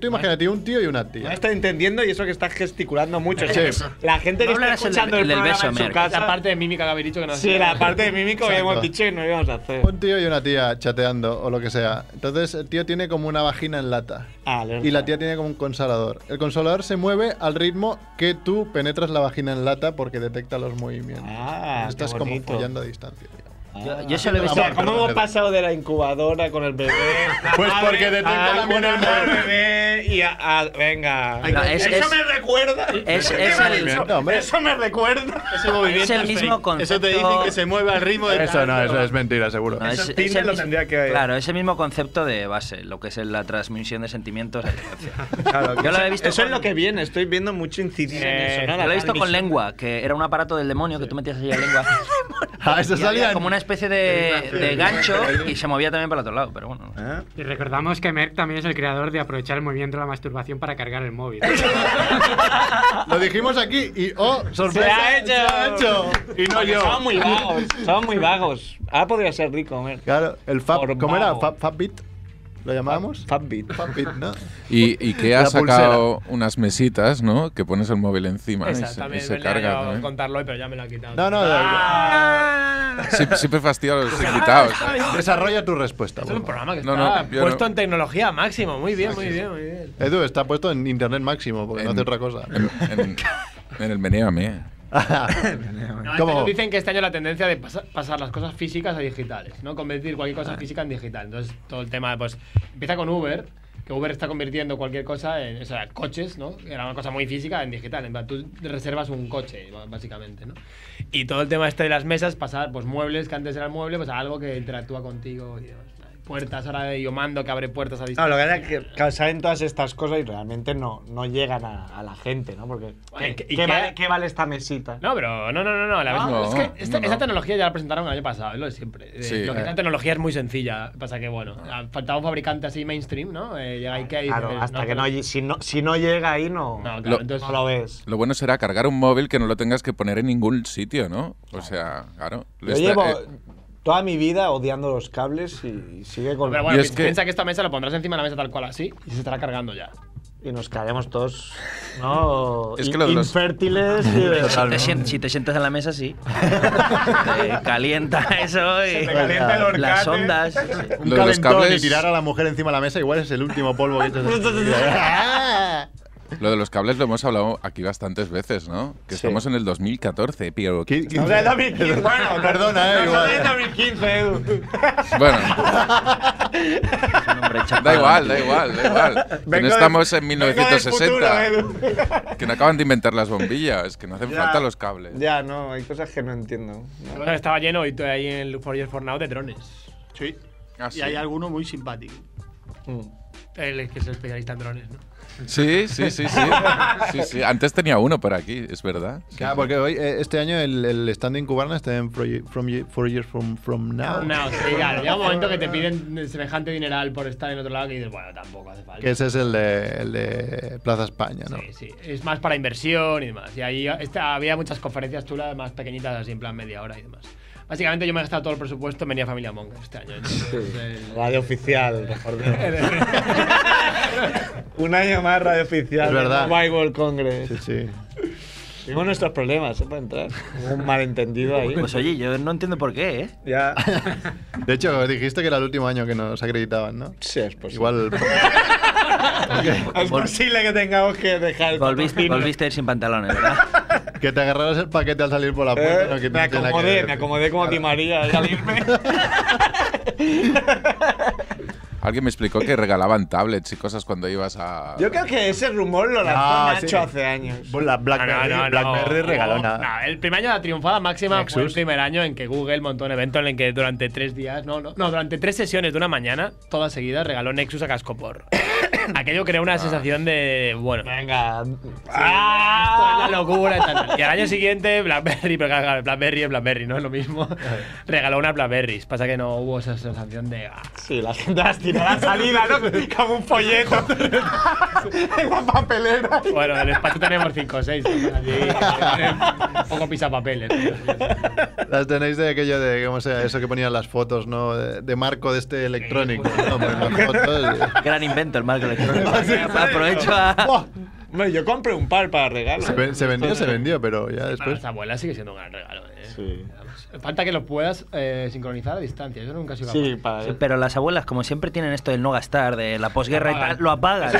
Speaker 3: Tú imagínate un tío y una
Speaker 2: No
Speaker 3: tía.
Speaker 2: está entendiendo y eso que está gesticulando mucho.
Speaker 3: Sí.
Speaker 2: La gente
Speaker 4: No hablarás
Speaker 2: que está
Speaker 4: el del-
Speaker 2: escuchando el,
Speaker 4: el del
Speaker 2: programa
Speaker 4: beso,
Speaker 2: en su
Speaker 4: Merck.
Speaker 7: La
Speaker 2: casa.
Speaker 7: parte de mímica que habéis dicho que no
Speaker 2: Sí, la parte de mímico que
Speaker 3: Exacto.
Speaker 2: hemos dicho que no íbamos a hacer.
Speaker 3: Un tío y una tía chateando o lo que sea. Entonces el tío tiene como una vagina en lata.
Speaker 2: Ah, lo-
Speaker 3: Y la tía tiene como un consolador. El consolador se mueve al ritmo que tú penetras la vagina en lata porque detecta los movimientos.
Speaker 2: Ah, qué
Speaker 3: Estás como
Speaker 2: bonito.
Speaker 3: follando a distancia. digamos.
Speaker 4: Yo, yo solo he
Speaker 2: Ah. O
Speaker 4: visto.
Speaker 2: sea, ¿cómo hemos pasado de la incubadora con el bebé?
Speaker 3: Pues porque detecta la
Speaker 2: buena
Speaker 3: mierda.
Speaker 2: bebé y a, a- venga.
Speaker 4: No, es-
Speaker 2: eso
Speaker 4: es-
Speaker 2: me recuerda.
Speaker 4: es- es
Speaker 2: eso,
Speaker 4: el-
Speaker 2: eso-
Speaker 3: hombre.
Speaker 2: eso me recuerda.
Speaker 9: Ese movimiento
Speaker 4: Es el mismo
Speaker 9: fake. Eso te
Speaker 4: concepto-
Speaker 9: dicen que se mueve al ritmo de.
Speaker 3: Eso no, eso es mentira, seguro.
Speaker 4: No,
Speaker 6: Eso
Speaker 4: es-
Speaker 6: Tinder
Speaker 4: es el
Speaker 6: lo
Speaker 4: mis-
Speaker 6: tendría que-
Speaker 4: Claro, es el mismo concepto de base, lo que es la transmisión de sentimientos a distancia.
Speaker 6: Claro,
Speaker 4: Yo lo he visto.
Speaker 2: Eso es
Speaker 4: con-
Speaker 2: lo que viene. Estoy viendo mucho incidir en eso. ¿no?
Speaker 4: yo
Speaker 2: La
Speaker 4: lo he visto con
Speaker 2: transmisión.
Speaker 4: lengua, que era un aparato del demonio que tú metías ahí la lengua.
Speaker 3: Ah, eso
Speaker 4: Y había
Speaker 3: salía.
Speaker 4: como una especie de, de gancho y se movía también para el otro lado, pero bueno. no sé.
Speaker 10: Y recordamos que Merck también es el creador de aprovechar el movimiento de la masturbación para cargar el móvil.
Speaker 3: Lo dijimos aquí y oh, sorpresa.
Speaker 2: ¡Se ha hecho!
Speaker 3: se ha hecho. Y no
Speaker 2: Porque
Speaker 3: yo.
Speaker 2: Estaban muy vagos. Estaban muy vagos. Ahora podría ser rico, Mer.
Speaker 3: Claro, el Fab.
Speaker 2: Por
Speaker 3: ¿Cómo era?
Speaker 2: vago.
Speaker 3: Fab, Fabbit. ¿Lo llamábamos?
Speaker 2: Fatbit.
Speaker 3: Fabbit, ¿no?
Speaker 5: Y, y que
Speaker 3: La
Speaker 5: ha sacado unas mesitas, ¿no? Que pones el móvil encima y
Speaker 7: Esa,
Speaker 5: se, y
Speaker 7: también,
Speaker 5: se
Speaker 7: verdad,
Speaker 5: carga.
Speaker 7: yo
Speaker 5: también.
Speaker 7: contarlo hoy, pero ya me lo ha quitado.
Speaker 3: No, no,
Speaker 5: Sie- Siempre fastidia a los
Speaker 3: Pues
Speaker 5: invitados.
Speaker 3: desarrolla tu respuesta.
Speaker 7: Esto es
Speaker 3: por
Speaker 7: un
Speaker 3: favor.
Speaker 7: programa que
Speaker 5: No,
Speaker 7: está
Speaker 5: no, yo
Speaker 7: puesto
Speaker 5: no.
Speaker 7: en tecnología máximo. Muy bien, muy bien, muy bien.
Speaker 3: Edu, está puesto en internet máximo porque no
Speaker 5: En-
Speaker 3: hace otra cosa.
Speaker 5: En, en- en el meneame.
Speaker 7: No, este
Speaker 3: ¿Cómo?
Speaker 7: nos dicen que este año la tendencia de pasa- pasar las cosas físicas a digitales, ¿no? Convertir cualquier
Speaker 2: Ah.
Speaker 7: cosa física en digital. Entonces, todo el tema, pues, empieza con Uber, que Uber está convirtiendo cualquier cosa en, o sea, coches, ¿no? Era una cosa muy física en digital. En plan, tú reservas un coche, b- básicamente, ¿no? Y todo el tema este de las mesas, pasar, pues, muebles que antes eran muebles, pues, a algo que interactúa contigo y demás. Puertas, ahora de Yomando que abre puertas a
Speaker 2: No,
Speaker 7: distancia.
Speaker 2: lo que pasa es que claro, salen todas estas cosas y realmente no, no llegan a, a la gente, ¿no? Porque
Speaker 7: Ay,
Speaker 2: ¿qué, qué
Speaker 7: ¿y qué-
Speaker 2: vale, qué vale esta mesita?
Speaker 7: No, pero no, no, no, no. La
Speaker 5: Ah,
Speaker 7: verdad-
Speaker 5: no,
Speaker 7: es que esta,
Speaker 5: no, no.
Speaker 7: esa tecnología ya la presentaron el año pasado, es lo de siempre. Eh,
Speaker 5: Sí.
Speaker 7: lo que
Speaker 5: Eh. Ah.
Speaker 7: la tecnología es muy sencilla. Pasa que, bueno, ha- faltaba un fabricante así mainstream, ¿no? Eh, llega IKEA y
Speaker 2: claro,
Speaker 7: dices,
Speaker 2: hasta que
Speaker 7: pero-
Speaker 2: no, lle- si no si no llega ahí no
Speaker 7: No, claro,
Speaker 5: Lo-
Speaker 7: entonces.
Speaker 2: no lo ves.
Speaker 5: Lo bueno será cargar un móvil que no lo tengas que poner en ningún sitio, ¿no? O sea, claro.
Speaker 2: Yo
Speaker 5: Está-
Speaker 2: llevo
Speaker 5: eh,
Speaker 2: toda mi vida odiando los cables y, y sigue con
Speaker 7: Pero bueno,
Speaker 5: Y es
Speaker 7: pi-
Speaker 5: que-
Speaker 7: piensa que esta mesa la pondrás encima de la mesa tal cual así y se estará cargando ya.
Speaker 2: y nos caeremos todos, ¿no?
Speaker 5: Es que
Speaker 2: In-
Speaker 5: lo de los-
Speaker 2: infértiles y de-
Speaker 4: Si te, sien- si te sientas en la mesa, sí. Te calienta eso y
Speaker 3: calienta el
Speaker 4: las ondas. sí, sí.
Speaker 3: Un
Speaker 5: Lo de los
Speaker 3: calentón
Speaker 5: cables-
Speaker 3: y tirar a la mujer encima de la mesa igual es el último polvo que echas.
Speaker 5: Lo de los cables lo hemos hablado aquí bastantes veces, ¿no? Que estamos en el 2014, pero...
Speaker 3: Qui-
Speaker 2: O sea, 2015, bueno,
Speaker 3: Perdona, eh,
Speaker 2: no,
Speaker 3: igual.
Speaker 2: no, es 2015, Edu.
Speaker 5: Bueno,
Speaker 4: Es un hombre chapado.
Speaker 5: da igual, da igual, da igual. Que
Speaker 2: Vengo
Speaker 5: no
Speaker 2: del-
Speaker 5: estamos en
Speaker 2: Vengo
Speaker 5: 1960.
Speaker 2: del futuro, Edu.
Speaker 5: Que no acaban de inventar las bombillas, que no hacen falta los cables.
Speaker 2: Ya, no, hay cosas que no entiendo.
Speaker 7: Bueno, Estaba lleno y tú ahí en el For Years For Now de drones.
Speaker 9: Sí.
Speaker 5: Ah,
Speaker 9: Y
Speaker 5: sí.
Speaker 9: hay alguno muy simpático.
Speaker 7: Mm. Él es que es el especialista en drones, ¿no?
Speaker 5: Sí, sí, sí, sí. Sí, sí. Antes tenía uno por aquí, es verdad.
Speaker 3: Ah, porque hoy, eh, este año el, el stand in Cubana está en Four Ye- from Ye- Four Years From, from Now.
Speaker 7: No, sí, claro. Llega un momento que te piden semejante dineral por estar en otro lado que dices, bueno, tampoco hace falta.
Speaker 3: Que ese es el de, el de Plaza España, ¿no?
Speaker 7: Sí, sí. Es más para inversión y demás. Y ahí esta- había muchas conferencias chulas más pequeñitas, así en plan media hora y demás. Básicamente yo me he gastado todo el presupuesto en venir a Familia Monk este año. entonces, el-
Speaker 2: Radio oficial, mejor Un año más radio oficial.
Speaker 3: Es verdad.
Speaker 2: Mobile World Congress.
Speaker 3: Sí, sí.
Speaker 2: Tenemos nuestros problemas, ¿eh? Para entrar. Hubo un malentendido ahí.
Speaker 4: Pues oye, yo no entiendo por qué, ¿eh?
Speaker 2: ya.
Speaker 3: De hecho, dijiste que era el último año que nos acreditaban, ¿no?
Speaker 2: Sí, es posible.
Speaker 3: Igual.
Speaker 2: Es posible que tengamos que dejar. el
Speaker 4: Volviste,
Speaker 2: patrocinio.
Speaker 4: volviste a ir sin pantalones, ¿verdad?
Speaker 3: Que te agarraras el paquete al salir por la puerta.
Speaker 2: Eh,
Speaker 3: no, que no tiene nada
Speaker 2: me
Speaker 3: que
Speaker 2: acomodé,
Speaker 3: ver.
Speaker 2: me acomodé como Di María al salirme.
Speaker 5: Alguien me explicó que regalaban tablets y cosas cuando ibas a...
Speaker 2: Yo creo que ese rumor lo lanzó
Speaker 3: Ah,
Speaker 2: Nacho
Speaker 3: sí.
Speaker 2: hace años.
Speaker 3: Pues La Blackberry, Blackberry regaló
Speaker 7: No,
Speaker 3: nada.
Speaker 7: el primer año de la triunfada máxima fue el
Speaker 3: Nexus.
Speaker 7: primer año en que Google montó un evento en el que durante tres días, no, no, no, durante tres sesiones de una mañana, todas seguidas, regaló Nexus a Cascopor. Aquello creó una sensación de, bueno,
Speaker 2: Venga.
Speaker 7: Esto
Speaker 2: ¡Ah!
Speaker 7: es la locura. y tal. Y al año siguiente, Blackberry, pero claro, Blackberry es Blackberry, no es lo mismo. Regaló unas Blackberries. Pasa que no hubo esa sensación de. ah,
Speaker 2: Sí, la gente las tiró a la salida, ¿no? Como un folleto. en la papelera.
Speaker 7: Bueno, en el espacio tenemos 5 o 6. eh, Un poco pisapapeles.
Speaker 3: Las tenéis de aquello de, ¿cómo sea? Eso que ponían las fotos, ¿no? De, de marco de este electrónico. ¿no? Pues las fotos.
Speaker 4: Gran invento el marco electrónicos. Aprovecho
Speaker 2: Buah,
Speaker 4: a.
Speaker 2: hombre, yo compré un par para regalo.
Speaker 3: Se, ve- se vendió, se vendió, pero ya
Speaker 7: Para
Speaker 3: después.
Speaker 7: esta abuela sigue siendo un gran regalo. ¿eh?
Speaker 2: Sí.
Speaker 7: Falta que lo puedas eh, sincronizar a distancia. Yo nunca he sido capaz.
Speaker 2: para.
Speaker 4: Sí, pero las abuelas, como siempre, tienen esto del no gastar, de la posguerra y tal, lo apagan.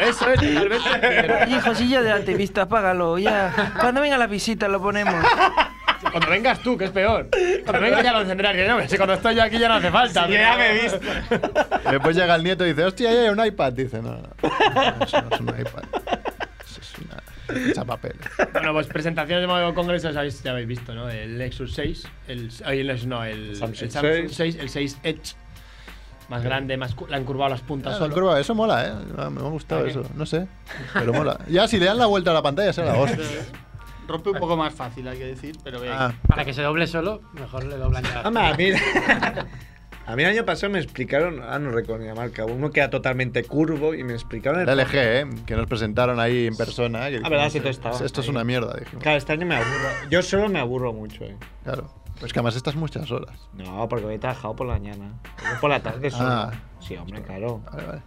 Speaker 7: Eso es totalmente.
Speaker 4: Hijo, si ya de activista, apágalo, ya. Cuando venga la visita lo ponemos.
Speaker 7: Cuando vengas tú, que es peor. Cuando vengas ya lo encenderás. Y No, si cuando estoy yo aquí ya no hace falta.
Speaker 2: Yo ya me he visto.
Speaker 3: Después llega el nieto y dice, hostia, ya hay un iPad. Dice, no, no, no, eso no es un iPad. Eso es una chapapel.
Speaker 7: Bueno, pues presentaciones de modo congresos habéis- ya habéis visto, ¿no? El Lexus 6, el, ay, el Lexus no, el
Speaker 2: Samsung
Speaker 7: el Samsung
Speaker 2: 6.
Speaker 7: 6, el 6 Edge. Más grande, más cu- le han curvado las puntas
Speaker 3: Ah,
Speaker 7: solo.
Speaker 3: curva, eso mola, ¿eh? Ah, Me ha gustado eso. No sé, pero mola. Ya, si le dan la vuelta a la pantalla, será la hostia.
Speaker 9: Eh, Rompe un poco más fácil, hay que decir, pero bien.
Speaker 3: Ah,
Speaker 11: Para que se doble solo, mejor le doblan ya.
Speaker 2: Hombre, a mí, a mí el año pasado me explicaron, ah, no recuerdo ni la marca, uno que era totalmente curvo y me explicaron.
Speaker 3: la LG, ¿eh? Que nos presentaron ahí en persona. que dijimos,
Speaker 2: Ah, verdad, sí, tú estabas
Speaker 3: Esto es
Speaker 2: ahí.
Speaker 3: una mierda, dijimos.
Speaker 2: Claro, este año me aburro. Yo solo me aburro mucho, eh.
Speaker 3: Claro. Pues que además estas muchas horas.
Speaker 1: No, porque hoy he trabajado por la mañana. Yo Por la tarde solo.
Speaker 3: Ah.
Speaker 1: Sí, hombre, claro.
Speaker 3: Vale, vale.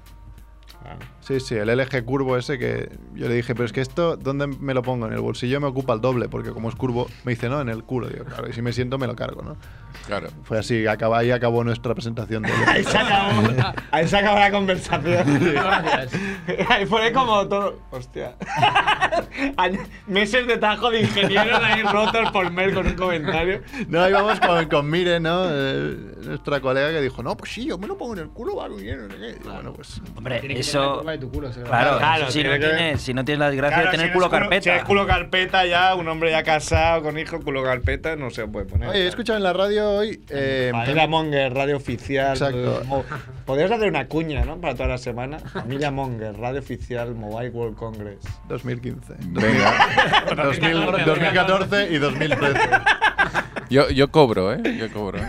Speaker 2: Ah.
Speaker 3: Sí, sí, el LG curvo ese que yo le dije, pero es que esto, ¿dónde me lo pongo? En el bolsillo me ocupa el doble, porque como es curvo, me dice, no, en el culo. Digo, claro, y si me siento me lo cargo, ¿no?
Speaker 5: Claro.
Speaker 3: Fue así, acaba, ahí acabó nuestra presentación de
Speaker 2: Ahí se acabó, ahí se acabó la conversación.
Speaker 7: Gracias.
Speaker 2: Ahí fue como todo. Hostia. Año- Meses de tajo de ingenieros ahí rotos por Mer con un comentario.
Speaker 3: No, íbamos con, con Mire, ¿no? Eh, nuestra colega que dijo, no, pues sí, yo me lo pongo en el culo, va muy bien. no sé qué. Y bueno, pues...
Speaker 4: Hombre,
Speaker 7: Tiene que tener la
Speaker 4: eso.
Speaker 7: curva de tu culo, se
Speaker 4: Claro,
Speaker 2: Claro,
Speaker 4: eso si, no
Speaker 2: tiene que-
Speaker 4: tienes, si no tienes la desgracia
Speaker 2: Claro,
Speaker 4: de tener
Speaker 2: si
Speaker 4: culo
Speaker 2: eres Si
Speaker 4: carpeta.
Speaker 2: eres culo carpeta ya, un hombre ya casado, con hijo, culo carpeta, no se puede poner.
Speaker 3: Oye, he escuchado en la radio hoy... eh,
Speaker 2: Familia Monger, radio oficial.
Speaker 3: Exacto.
Speaker 2: eh, mo- Podrías hacer una cuña, ¿no? Para toda la semana. Familia Monger, radio oficial, Mobile World Congress.
Speaker 3: 2015.
Speaker 5: Venga.
Speaker 3: 2000, 2014 y 2013.
Speaker 5: Yo, yo cobro, ¿eh? Yo cobro.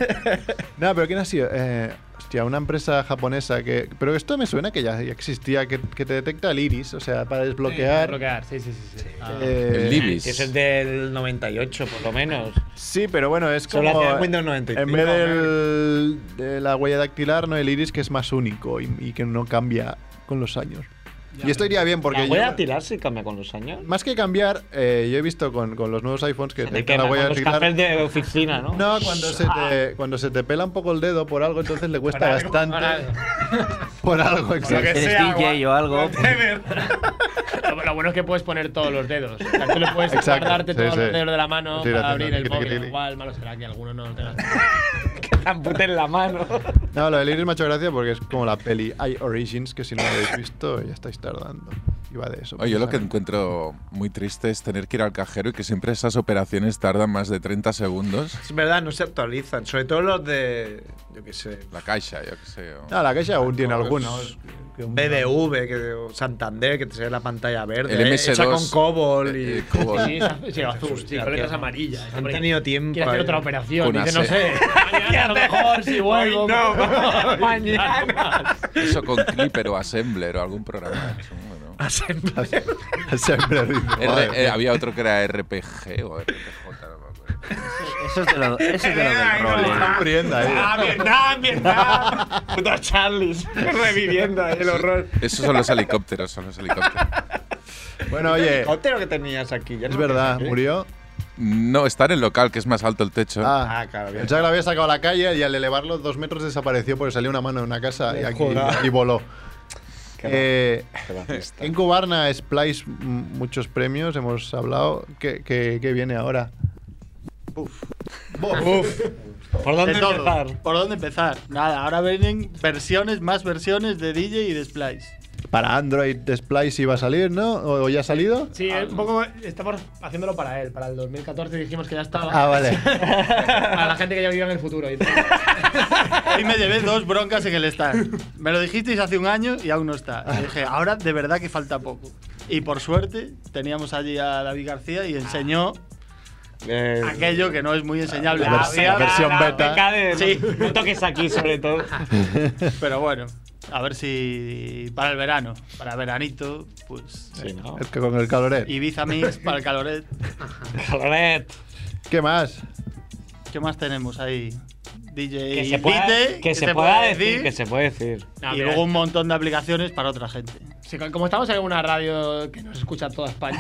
Speaker 3: No, pero ¿quién ha sido? Eh, hostia, una empresa japonesa que. Pero esto me suena que ya ya existía, que, que te detecta el iris, o sea, para desbloquear.
Speaker 7: Bloquear, sí, sí, sí. sí. Ah.
Speaker 3: eh,
Speaker 5: El Libis.
Speaker 1: Eso es del 98, por lo menos.
Speaker 3: Sí, pero bueno, es
Speaker 2: Solo
Speaker 3: como.
Speaker 2: hacía en Windows 95.
Speaker 3: En vez del- de la huella dactilar, no el iris, que es más único y, y que no cambia con los años. y esto iría bien porque.
Speaker 1: ¿La huella
Speaker 3: yo-
Speaker 1: dactilar se cambia con los años?
Speaker 3: más que cambiar, eh, yo he visto con, con los nuevos iPhones que
Speaker 1: Se te
Speaker 3: detectan
Speaker 1: quema
Speaker 3: la huella
Speaker 1: con los cafés
Speaker 3: dactilar.
Speaker 1: de oficina, ¿no?
Speaker 3: No, cuando se,
Speaker 2: Ah.
Speaker 3: te, cuando se te pela un poco el dedo por algo, entonces le cuesta bastante. Por algo,
Speaker 4: Si
Speaker 3: exacto.
Speaker 4: eres
Speaker 2: sea,
Speaker 4: DJ o algo.
Speaker 7: Lo, lo bueno es que puedes poner todos los dedos. O sea, tú le puedes
Speaker 3: Exacto,
Speaker 7: guardarte
Speaker 3: sí,
Speaker 7: todos los
Speaker 3: sí.
Speaker 7: dedos de la mano
Speaker 3: Sí,
Speaker 7: para
Speaker 3: haciendo
Speaker 7: abrir el
Speaker 3: tiqui, tiqui,
Speaker 7: móvil.
Speaker 3: tiqui.
Speaker 7: Igual malo será que alguno no lo tenga.
Speaker 1: Ampute en la mano.
Speaker 3: No, lo del Iris me ha hecho gracia porque es como la peli I Origins, que si no la habéis visto ya estáis tardando. Y va de eso. pues,
Speaker 5: Oye, yo lo que
Speaker 3: precisamente.
Speaker 5: encuentro muy triste es tener que ir al cajero y que siempre esas operaciones tardan más de 30 segundos.
Speaker 2: Es verdad, no se actualizan. Sobre todo los de. Yo qué sé.
Speaker 5: La caixa, yo qué sé. o-
Speaker 3: No, la calle aún tiene algunos.
Speaker 2: BBV, que, o Santander, que te sale la pantalla verde.
Speaker 5: El
Speaker 2: eh,
Speaker 5: MS2.
Speaker 2: hecha con Cobol y.
Speaker 5: Eh, eh, Cobol.
Speaker 7: Sí, sí, azul, sí, con letras amarillas.
Speaker 2: Han tenido tiempo.
Speaker 7: Quiere hacer
Speaker 2: ahí.
Speaker 7: otra operación.
Speaker 5: Con Ace.
Speaker 7: Dice, no sé. Mañana a lo mejor si vuelvo.
Speaker 2: no.
Speaker 7: mañana.
Speaker 5: Eso con Clipper o Assembler o algún programa. de eso, bueno.
Speaker 3: Siempre dice,
Speaker 5: R-
Speaker 3: "Madre
Speaker 5: eh,
Speaker 3: mía".
Speaker 5: había otro que era RPG o RPJ. no me acuerdo.
Speaker 4: Eso es de lo, eso es de lo del rol.
Speaker 3: Están muriendo ahí.
Speaker 2: Ah, Vietnam, Vietnam. Puta Charlies. Reviviendo ahí el horror.
Speaker 5: Esos son los helicópteros, son los helicópteros.
Speaker 3: Bueno, oye,
Speaker 2: Helicóptero que tenías aquí. ya
Speaker 3: es
Speaker 2: no
Speaker 3: verdad,
Speaker 2: lo ¿eh?
Speaker 3: murió.
Speaker 5: No, está en el local, que es más alto el techo.
Speaker 3: Ah,
Speaker 2: Ah, claro, bien.
Speaker 3: pensaba que lo había sacado a la calle y al elevarlo dos metros desapareció porque salió una mano de una casa y, aquí,
Speaker 2: Joder.
Speaker 3: y voló.
Speaker 2: Qué
Speaker 3: Eh,
Speaker 2: tienes.
Speaker 3: en Cubarna, Splice, m- muchos premios, hemos hablado. ¿Qué, qué- qué viene ahora?
Speaker 1: ¿Por dónde
Speaker 9: De todo.
Speaker 1: empezar?
Speaker 9: ¿Por dónde empezar? Nada, ahora vienen versiones, más versiones de DJ y de Splice.
Speaker 3: Para Android, Splice iba a salir, ¿no? ¿O o ya ha salido?
Speaker 7: Sí,
Speaker 9: Ah,
Speaker 7: eh, un poco estamos haciéndolo para él. Para el 2014 dijimos que ya estaba.
Speaker 3: Ah, vale.
Speaker 7: Para la gente que ya vivía en el futuro. y tal.
Speaker 9: Hoy me llevé dos broncas en el stand. Me lo dijisteis hace un año y aún no está. Y dije, ahora de verdad que falta poco. Y por suerte teníamos allí a David García y enseñó
Speaker 2: Eh,
Speaker 9: aquello que no es muy enseñable.
Speaker 3: La vers- la
Speaker 9: Había-
Speaker 3: versión beta.
Speaker 1: PK de
Speaker 9: Sí.
Speaker 1: no, no toques aquí, sobre todo.
Speaker 9: Pero bueno, a ver si para el verano, para veranito, pues
Speaker 1: Sí, ¿no?
Speaker 3: Es que con el caloret.
Speaker 9: Ibiza Mix para el caloret.
Speaker 1: Coloret.
Speaker 3: ¿Qué más?
Speaker 9: ¿Qué más tenemos ahí? DJ
Speaker 1: Que se pueda,
Speaker 9: Pite,
Speaker 1: que se pueda decir, que se puede decir.
Speaker 9: y luego un montón de aplicaciones para otra gente.
Speaker 7: Sí, como estamos en una radio que nos escucha toda España.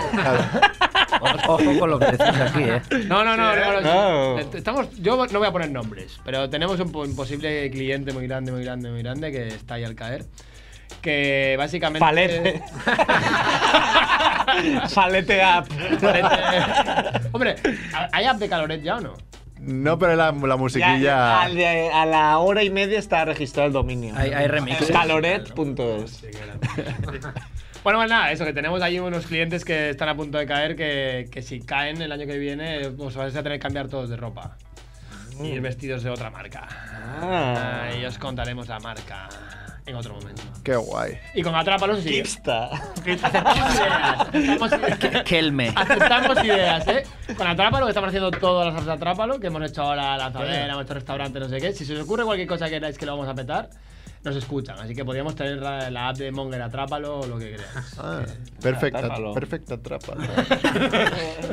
Speaker 4: Ojo con lo que decís aquí, ¿eh?
Speaker 7: No, no, no.
Speaker 4: Ah, Sí,
Speaker 7: no, no,
Speaker 4: no.
Speaker 7: sí. Estamos, yo no voy a poner nombres, pero tenemos un, po- un posible cliente muy grande, muy grande, muy grande que está ahí al caer. Que básicamente.
Speaker 1: Palete. Palete app.
Speaker 7: Palete. Hombre, ¿hay app de Caloret ya o no?
Speaker 3: No, pero la, la musiquilla.
Speaker 1: Ya, al de- a la hora y media está registrado el dominio.
Speaker 7: Hay- hay remixes.
Speaker 1: Caloret.es.
Speaker 7: Bueno, pues nada, eso, que tenemos ahí unos clientes que están a punto de caer, que, que si caen el año que viene, pues vais a tener que cambiar todos de ropa. Y ir vestidos de otra marca.
Speaker 1: Ah.
Speaker 7: Ah, y os contaremos la marca en otro momento.
Speaker 3: Qué guay.
Speaker 7: Y con Atrápalos sí.
Speaker 4: Kelme.
Speaker 7: Aceptamos ideas, ¿eh? Con Atrápalo, que estamos haciendo todas las apps de Atrápalo, que hemos hecho ahora lanzadera, hemos hecho restaurante, no sé qué. Si se os ocurre cualquier cosa que queráis que lo vamos a petar, nos escuchan. Así que podríamos tener la, la app de Monger Atrápalo o lo que creáis.
Speaker 3: Ah, perfecta,
Speaker 7: Atrápalo.
Speaker 3: perfecta trapa.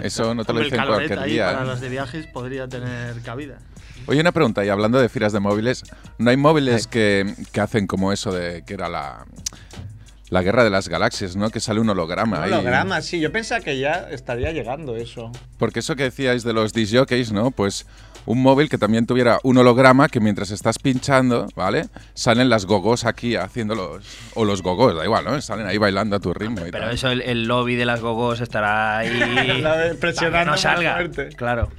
Speaker 5: Eso no te lo
Speaker 9: Hombre, el
Speaker 5: dicen
Speaker 9: Caloret
Speaker 5: cualquier
Speaker 9: ahí
Speaker 5: día.
Speaker 9: Para
Speaker 5: ¿eh?
Speaker 9: las de viajes podría tener cabida.
Speaker 5: Oye, una pregunta, y hablando de firas de móviles, ¿no hay móviles que, que hacen como eso de que era la, la guerra de las galaxias, ¿no? Que sale un holograma. ahí.
Speaker 1: Holograma, sí. Yo pensaba que ya estaría llegando eso.
Speaker 5: Porque eso que decíais de los disc jockeys, ¿no? Pues un móvil que también tuviera un holograma que mientras estás pinchando, ¿vale? Salen las gogos aquí haciéndolos. O los gogos, da igual, ¿no? Salen ahí bailando a tu ritmo y
Speaker 4: Pero
Speaker 5: tal.
Speaker 4: eso, el, el lobby de las gogos estará ahí.
Speaker 5: La de-
Speaker 4: presionando. no
Speaker 5: más
Speaker 4: salga.
Speaker 5: fuerte.
Speaker 4: Claro.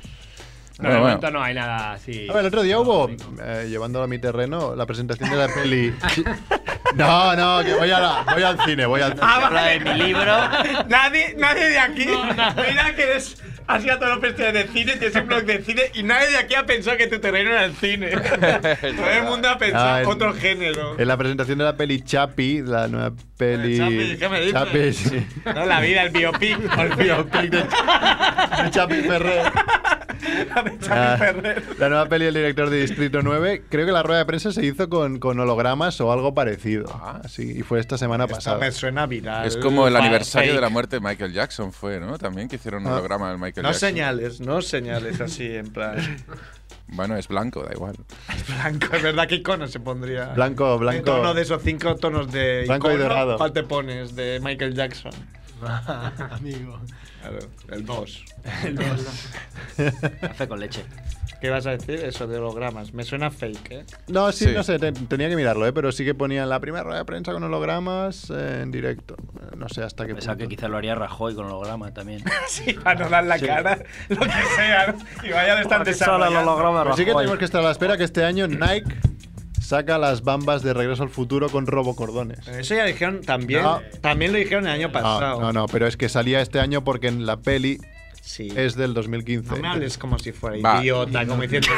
Speaker 7: No, de momento no hay nada así.
Speaker 3: A ver, el otro día hubo, eh, llevándolo a mi terreno, la presentación de la peli. No, no, que voy, a la- voy al cine, voy al cine.
Speaker 1: Ah,
Speaker 4: Ah,
Speaker 3: Ah,
Speaker 1: nadie, nadie de aquí. Mira que eres. Has ido a todos los festivales de cine, tienes un blog de cine y nadie de aquí ha pensado que tu terreno era el cine. Todo el mundo ha pensado
Speaker 3: Ah, en-
Speaker 1: otro género.
Speaker 3: En la presentación de la peli Chapi, la nueva peli.
Speaker 1: Chapi, ¿qué me dices?
Speaker 3: Chapi, sí.
Speaker 1: No, la vida, el biopic. El
Speaker 3: biopic de, Chapi Ferrer. Ah, la nueva peli del director de Distrito 9. Creo que la rueda de prensa se hizo con, con hologramas o algo parecido.
Speaker 1: Ah.
Speaker 3: Así, y fue esta semana pasada.
Speaker 2: me suena viral.
Speaker 5: Es como el
Speaker 2: Fa-
Speaker 5: aniversario
Speaker 2: fake.
Speaker 5: de la muerte de Michael Jackson, fue, ¿no? También que hicieron un
Speaker 2: Ah.
Speaker 5: holograma del Michael
Speaker 2: No
Speaker 5: Jackson.
Speaker 2: señales, no señales así, en plan.
Speaker 5: Bueno, es blanco, da igual.
Speaker 2: Blanco, es verdad que icono se pondría.
Speaker 3: Blanco,
Speaker 2: El
Speaker 3: blanco.
Speaker 2: tono de esos cinco tonos de.
Speaker 3: Blanco y
Speaker 2: icono,
Speaker 3: dorado.
Speaker 2: ¿Cuál te pones? De Michael Jackson.
Speaker 7: Amigo.
Speaker 2: Claro, el 2.
Speaker 7: El dos.
Speaker 4: Café con leche.
Speaker 1: ¿Qué vas a decir? Eso de hologramas. Me suena fake, ¿eh?
Speaker 3: No, sí,
Speaker 1: Sí.
Speaker 3: no sé, te- tenía que mirarlo, ¿eh? pero sí que ponían la primera rueda de prensa con hologramas eh, en directo. Eh, No sé hasta qué
Speaker 4: Pensaba que
Speaker 3: punto.
Speaker 4: quizás lo haría Rajoy con holograma también.
Speaker 1: Sí, para no dar la
Speaker 4: Sí.
Speaker 1: cara, lo que sea. ¿no? Y vaya, lo están
Speaker 4: Porque sale el holograma
Speaker 1: desarrollando.
Speaker 4: de
Speaker 3: Pero Pues sí que
Speaker 4: Rajoy.
Speaker 3: tenemos que estar a la espera que este año Nike saca las bambas de regreso al futuro con robocordones.
Speaker 1: Pero eso ya dijeron también.
Speaker 3: No.
Speaker 1: También lo dijeron el año
Speaker 3: No,
Speaker 1: pasado.
Speaker 3: no, no, pero es que salía este año porque en la peli
Speaker 1: Sí.
Speaker 3: es del 2015.
Speaker 1: No me hables como si fuera
Speaker 3: Va.
Speaker 1: idiota,
Speaker 5: Mm.
Speaker 1: como diciendo.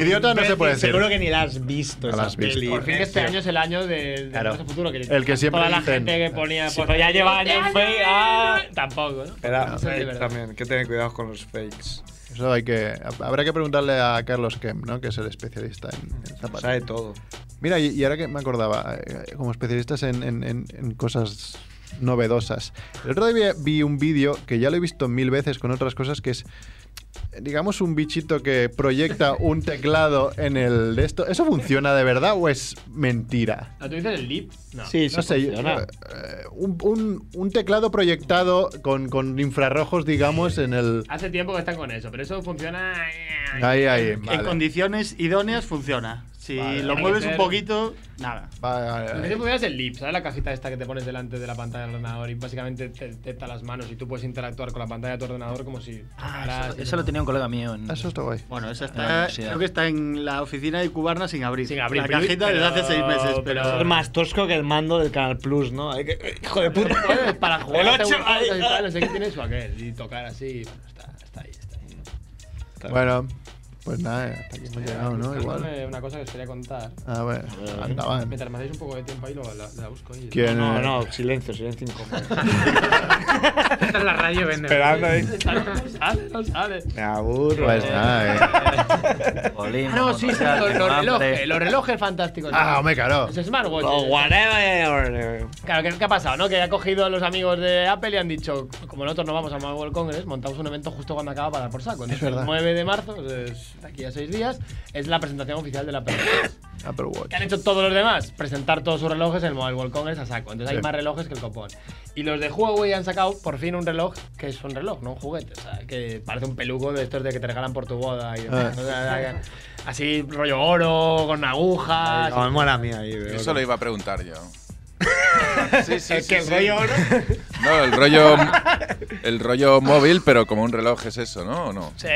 Speaker 3: Idiota no
Speaker 1: Pero
Speaker 3: se puede decir.
Speaker 1: Seguro que ni la has visto.
Speaker 3: No
Speaker 1: esa
Speaker 3: la has visto.
Speaker 1: peli.
Speaker 7: Por fin que este año es el año del
Speaker 1: Claro.
Speaker 7: del futuro. Que
Speaker 3: El que siempre
Speaker 7: Toda la
Speaker 3: dicen.
Speaker 7: gente que ponía.
Speaker 1: Sí,
Speaker 7: pues,
Speaker 1: pero ya lleva años
Speaker 7: este
Speaker 1: fake, ah.
Speaker 7: Tampoco, ¿no?
Speaker 1: Era
Speaker 7: Eso es de
Speaker 1: fake
Speaker 7: verdad.
Speaker 1: también, que tener cuidado con los fakes.
Speaker 3: Eso hay que, habrá que preguntarle a Carlos Kemp, ¿no? que es el especialista en, en
Speaker 1: Mm,
Speaker 3: zapatos.
Speaker 1: Sabe todo.
Speaker 3: Mira, y, y ahora que me acordaba, eh, como especialistas en, en- en- en cosas novedosas. El otro día vi, vi un vídeo que ya lo he visto mil veces con otras cosas, que es, eh, digamos, un bichito que proyecta un teclado en el de esto. ¿Eso funciona de verdad o es mentira?
Speaker 7: ¿Ah, ¿Tú dices el lip? No.
Speaker 3: no sé, yo- eh, un, un- un teclado proyectado con, con infrarrojos, digamos, en el...
Speaker 7: Hace tiempo que están con eso, pero eso funciona. eh.
Speaker 3: Ahí, ahí,
Speaker 9: En
Speaker 3: vale.
Speaker 9: condiciones idóneas funciona. Si
Speaker 7: Vale.
Speaker 9: lo
Speaker 7: Tiene que
Speaker 9: mueves un
Speaker 7: ser-
Speaker 9: poquito, nada.
Speaker 3: Vale,
Speaker 9: Eh.
Speaker 3: vale,
Speaker 7: Lo
Speaker 3: vale.
Speaker 7: que siempre es el lip, ¿sabes? La cajita esta que te pones delante de la pantalla del ordenador y básicamente te detecta las manos y tú puedes interactuar con la pantalla de tu ordenador como si.
Speaker 4: Eso, eso lo tenía un colega mío. En...
Speaker 3: Eso está guay.
Speaker 9: Bueno, esa
Speaker 4: En la
Speaker 9: está.
Speaker 4: universidad.
Speaker 9: Eh, creo que está en la oficina de Cubarna sin abrir.
Speaker 7: Sin abrir,
Speaker 9: La
Speaker 7: pero-
Speaker 9: cajita desde hace seis meses, pero.
Speaker 1: Es más tosco que el mando del Canal Plus, ¿no? Hay que- eh, Hijo de puta.
Speaker 7: Para jugar
Speaker 1: El
Speaker 7: a
Speaker 1: ocho,
Speaker 7: un-
Speaker 1: ay,
Speaker 7: y
Speaker 1: ah.
Speaker 7: tal, no sé qué tiene eso aquel. Y tocar así. Bueno, está, está ahí, está ahí.
Speaker 3: Bueno, pues nada, hasta aquí hemos llegado, ¿no? Igual.
Speaker 7: Buscadme Una cosa que os quería contar.
Speaker 3: A ver, anda, va.
Speaker 7: Mientras me hacéis un poco de tiempo ahí, lo, la, la busco. ahí.
Speaker 3: ¿Quién,
Speaker 1: No,
Speaker 3: eh?
Speaker 1: no, silencio, silencio incómodo.
Speaker 11: Esta es la radio vende.
Speaker 2: Esperando ahí.
Speaker 7: No sale, no sale.
Speaker 2: Me aburro.
Speaker 3: Pues nada, eh.
Speaker 4: Jolín,
Speaker 7: Ah, no, sí, sí, los, los
Speaker 4: hambre.
Speaker 7: relojes, los relojes fantásticos.
Speaker 3: Ah, hombre, claro.
Speaker 7: Los smartwatches.
Speaker 1: O Oh, whatever.
Speaker 7: Claro, ¿qué, qué ha pasado? ¿no? Que ha cogido a los amigos de Apple y han dicho, como nosotros no vamos a Mobile World Congress, montamos un evento justo cuando acaba para dar por saco. Entonces,
Speaker 3: verdad.
Speaker 7: El 9 de marzo, pues, es- de aquí a seis días, es la presentación oficial de la película.
Speaker 3: Apple Watch.
Speaker 7: ¿Qué han hecho todos los demás? Presentar todos sus relojes en el Mobile World Congress a saco. Entonces hay
Speaker 3: Sí.
Speaker 7: más relojes que el copón. Y los de Huawei han sacado por fin un reloj que es un reloj, no un juguete. O sea, que parece un peluco de estos de que te regalan por tu boda. Y demás.
Speaker 3: Ah.
Speaker 7: O sea, así, rollo oro, con
Speaker 2: Ah,
Speaker 7: agujas.
Speaker 12: Como mola a mí ahí, de
Speaker 5: Eso lo
Speaker 12: verdad.
Speaker 5: iba a preguntar yo. Sí, sí,
Speaker 12: Es
Speaker 5: sí,
Speaker 12: que el
Speaker 5: sí.
Speaker 12: rollo oro.
Speaker 5: No, el rollo, el rollo móvil, pero como un reloj es eso, ¿no? ¿O no?
Speaker 7: Sí,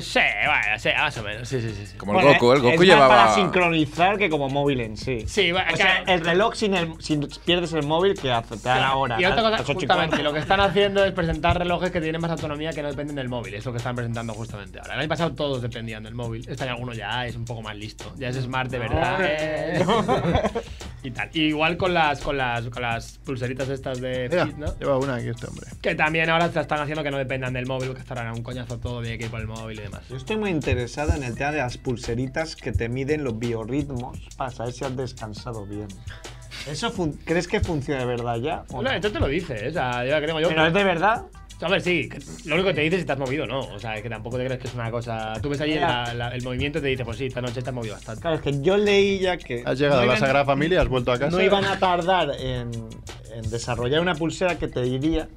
Speaker 7: sí, bueno, sí, más o menos. Sí, sí, sí. sí.
Speaker 5: Como el Goku, el
Speaker 2: es
Speaker 5: Goku
Speaker 2: más
Speaker 5: llevaba...
Speaker 2: para sincronizar que como móvil en sí.
Speaker 7: Sí, va-
Speaker 2: O sea,
Speaker 7: que-
Speaker 2: el reloj sin el, si pierdes el móvil que hace te da la hora.
Speaker 7: Y otra
Speaker 2: ¿no?
Speaker 7: cosa,
Speaker 2: Las ocho y
Speaker 7: justamente,
Speaker 2: cuarto.
Speaker 7: lo que están haciendo es presentar relojes que tienen más autonomía que no dependen del móvil. Es lo que están presentando justamente ahora. El año pasado todos dependían del móvil. Este año alguno ya es un poco más listo. Ya es smart de verdad. Eh,
Speaker 2: Ah,
Speaker 7: y tal. Y igual con las, con las, con las pulseritas estas de
Speaker 3: Mira,
Speaker 7: Fit, ¿no?
Speaker 3: lleva una aquí este hombre.
Speaker 7: Que también ahora te están haciendo que no dependan del móvil, que estarán a un coñazo todo de equipo el móvil y demás.
Speaker 2: Yo estoy muy interesado en el tema de las pulseritas que te miden los biorritmos para saber si has descansado bien. ¿Eso fun- crees que funciona de verdad ya? o
Speaker 7: Bueno,
Speaker 2: no?
Speaker 7: esto te lo dice, ¿eh? o sea, yo creo yo.
Speaker 2: ¿Pero es de verdad?
Speaker 7: A ver, sí, que lo único que te dice es si te has movido o no. O sea, que tampoco te crees que es una cosa. Tú ves allí la- la- el movimiento y te dice, pues sí, esta noche te has movido bastante.
Speaker 2: Claro, es que yo leí ya que
Speaker 3: Has llegado
Speaker 2: no
Speaker 3: a la
Speaker 2: iban-
Speaker 3: Sagrada Familia, has vuelto a casa.
Speaker 2: no iban a tardar en, en desarrollar una pulsera que te diría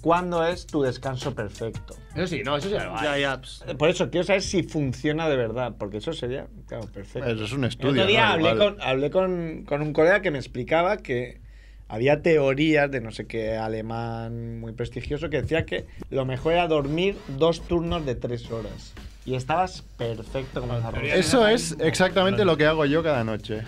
Speaker 2: cuándo es tu descanso perfecto.
Speaker 7: Eso sí, no, eso sí. lo hay.
Speaker 9: Ya hay apps.
Speaker 2: Eh, Por eso quiero saber si funciona de verdad, porque eso sería, claro, perfecto.
Speaker 3: Eso es un
Speaker 2: El
Speaker 3: estudio.
Speaker 2: otro día
Speaker 3: ¿no?
Speaker 2: hablé,
Speaker 3: Igual.
Speaker 2: con, hablé con, con un colega que me explicaba que había teorías de no sé qué alemán muy prestigioso que decía que lo mejor era dormir dos turnos de tres horas. Y estabas perfecto como desarrollador.
Speaker 3: Eso es exactamente lo que hago yo cada noche.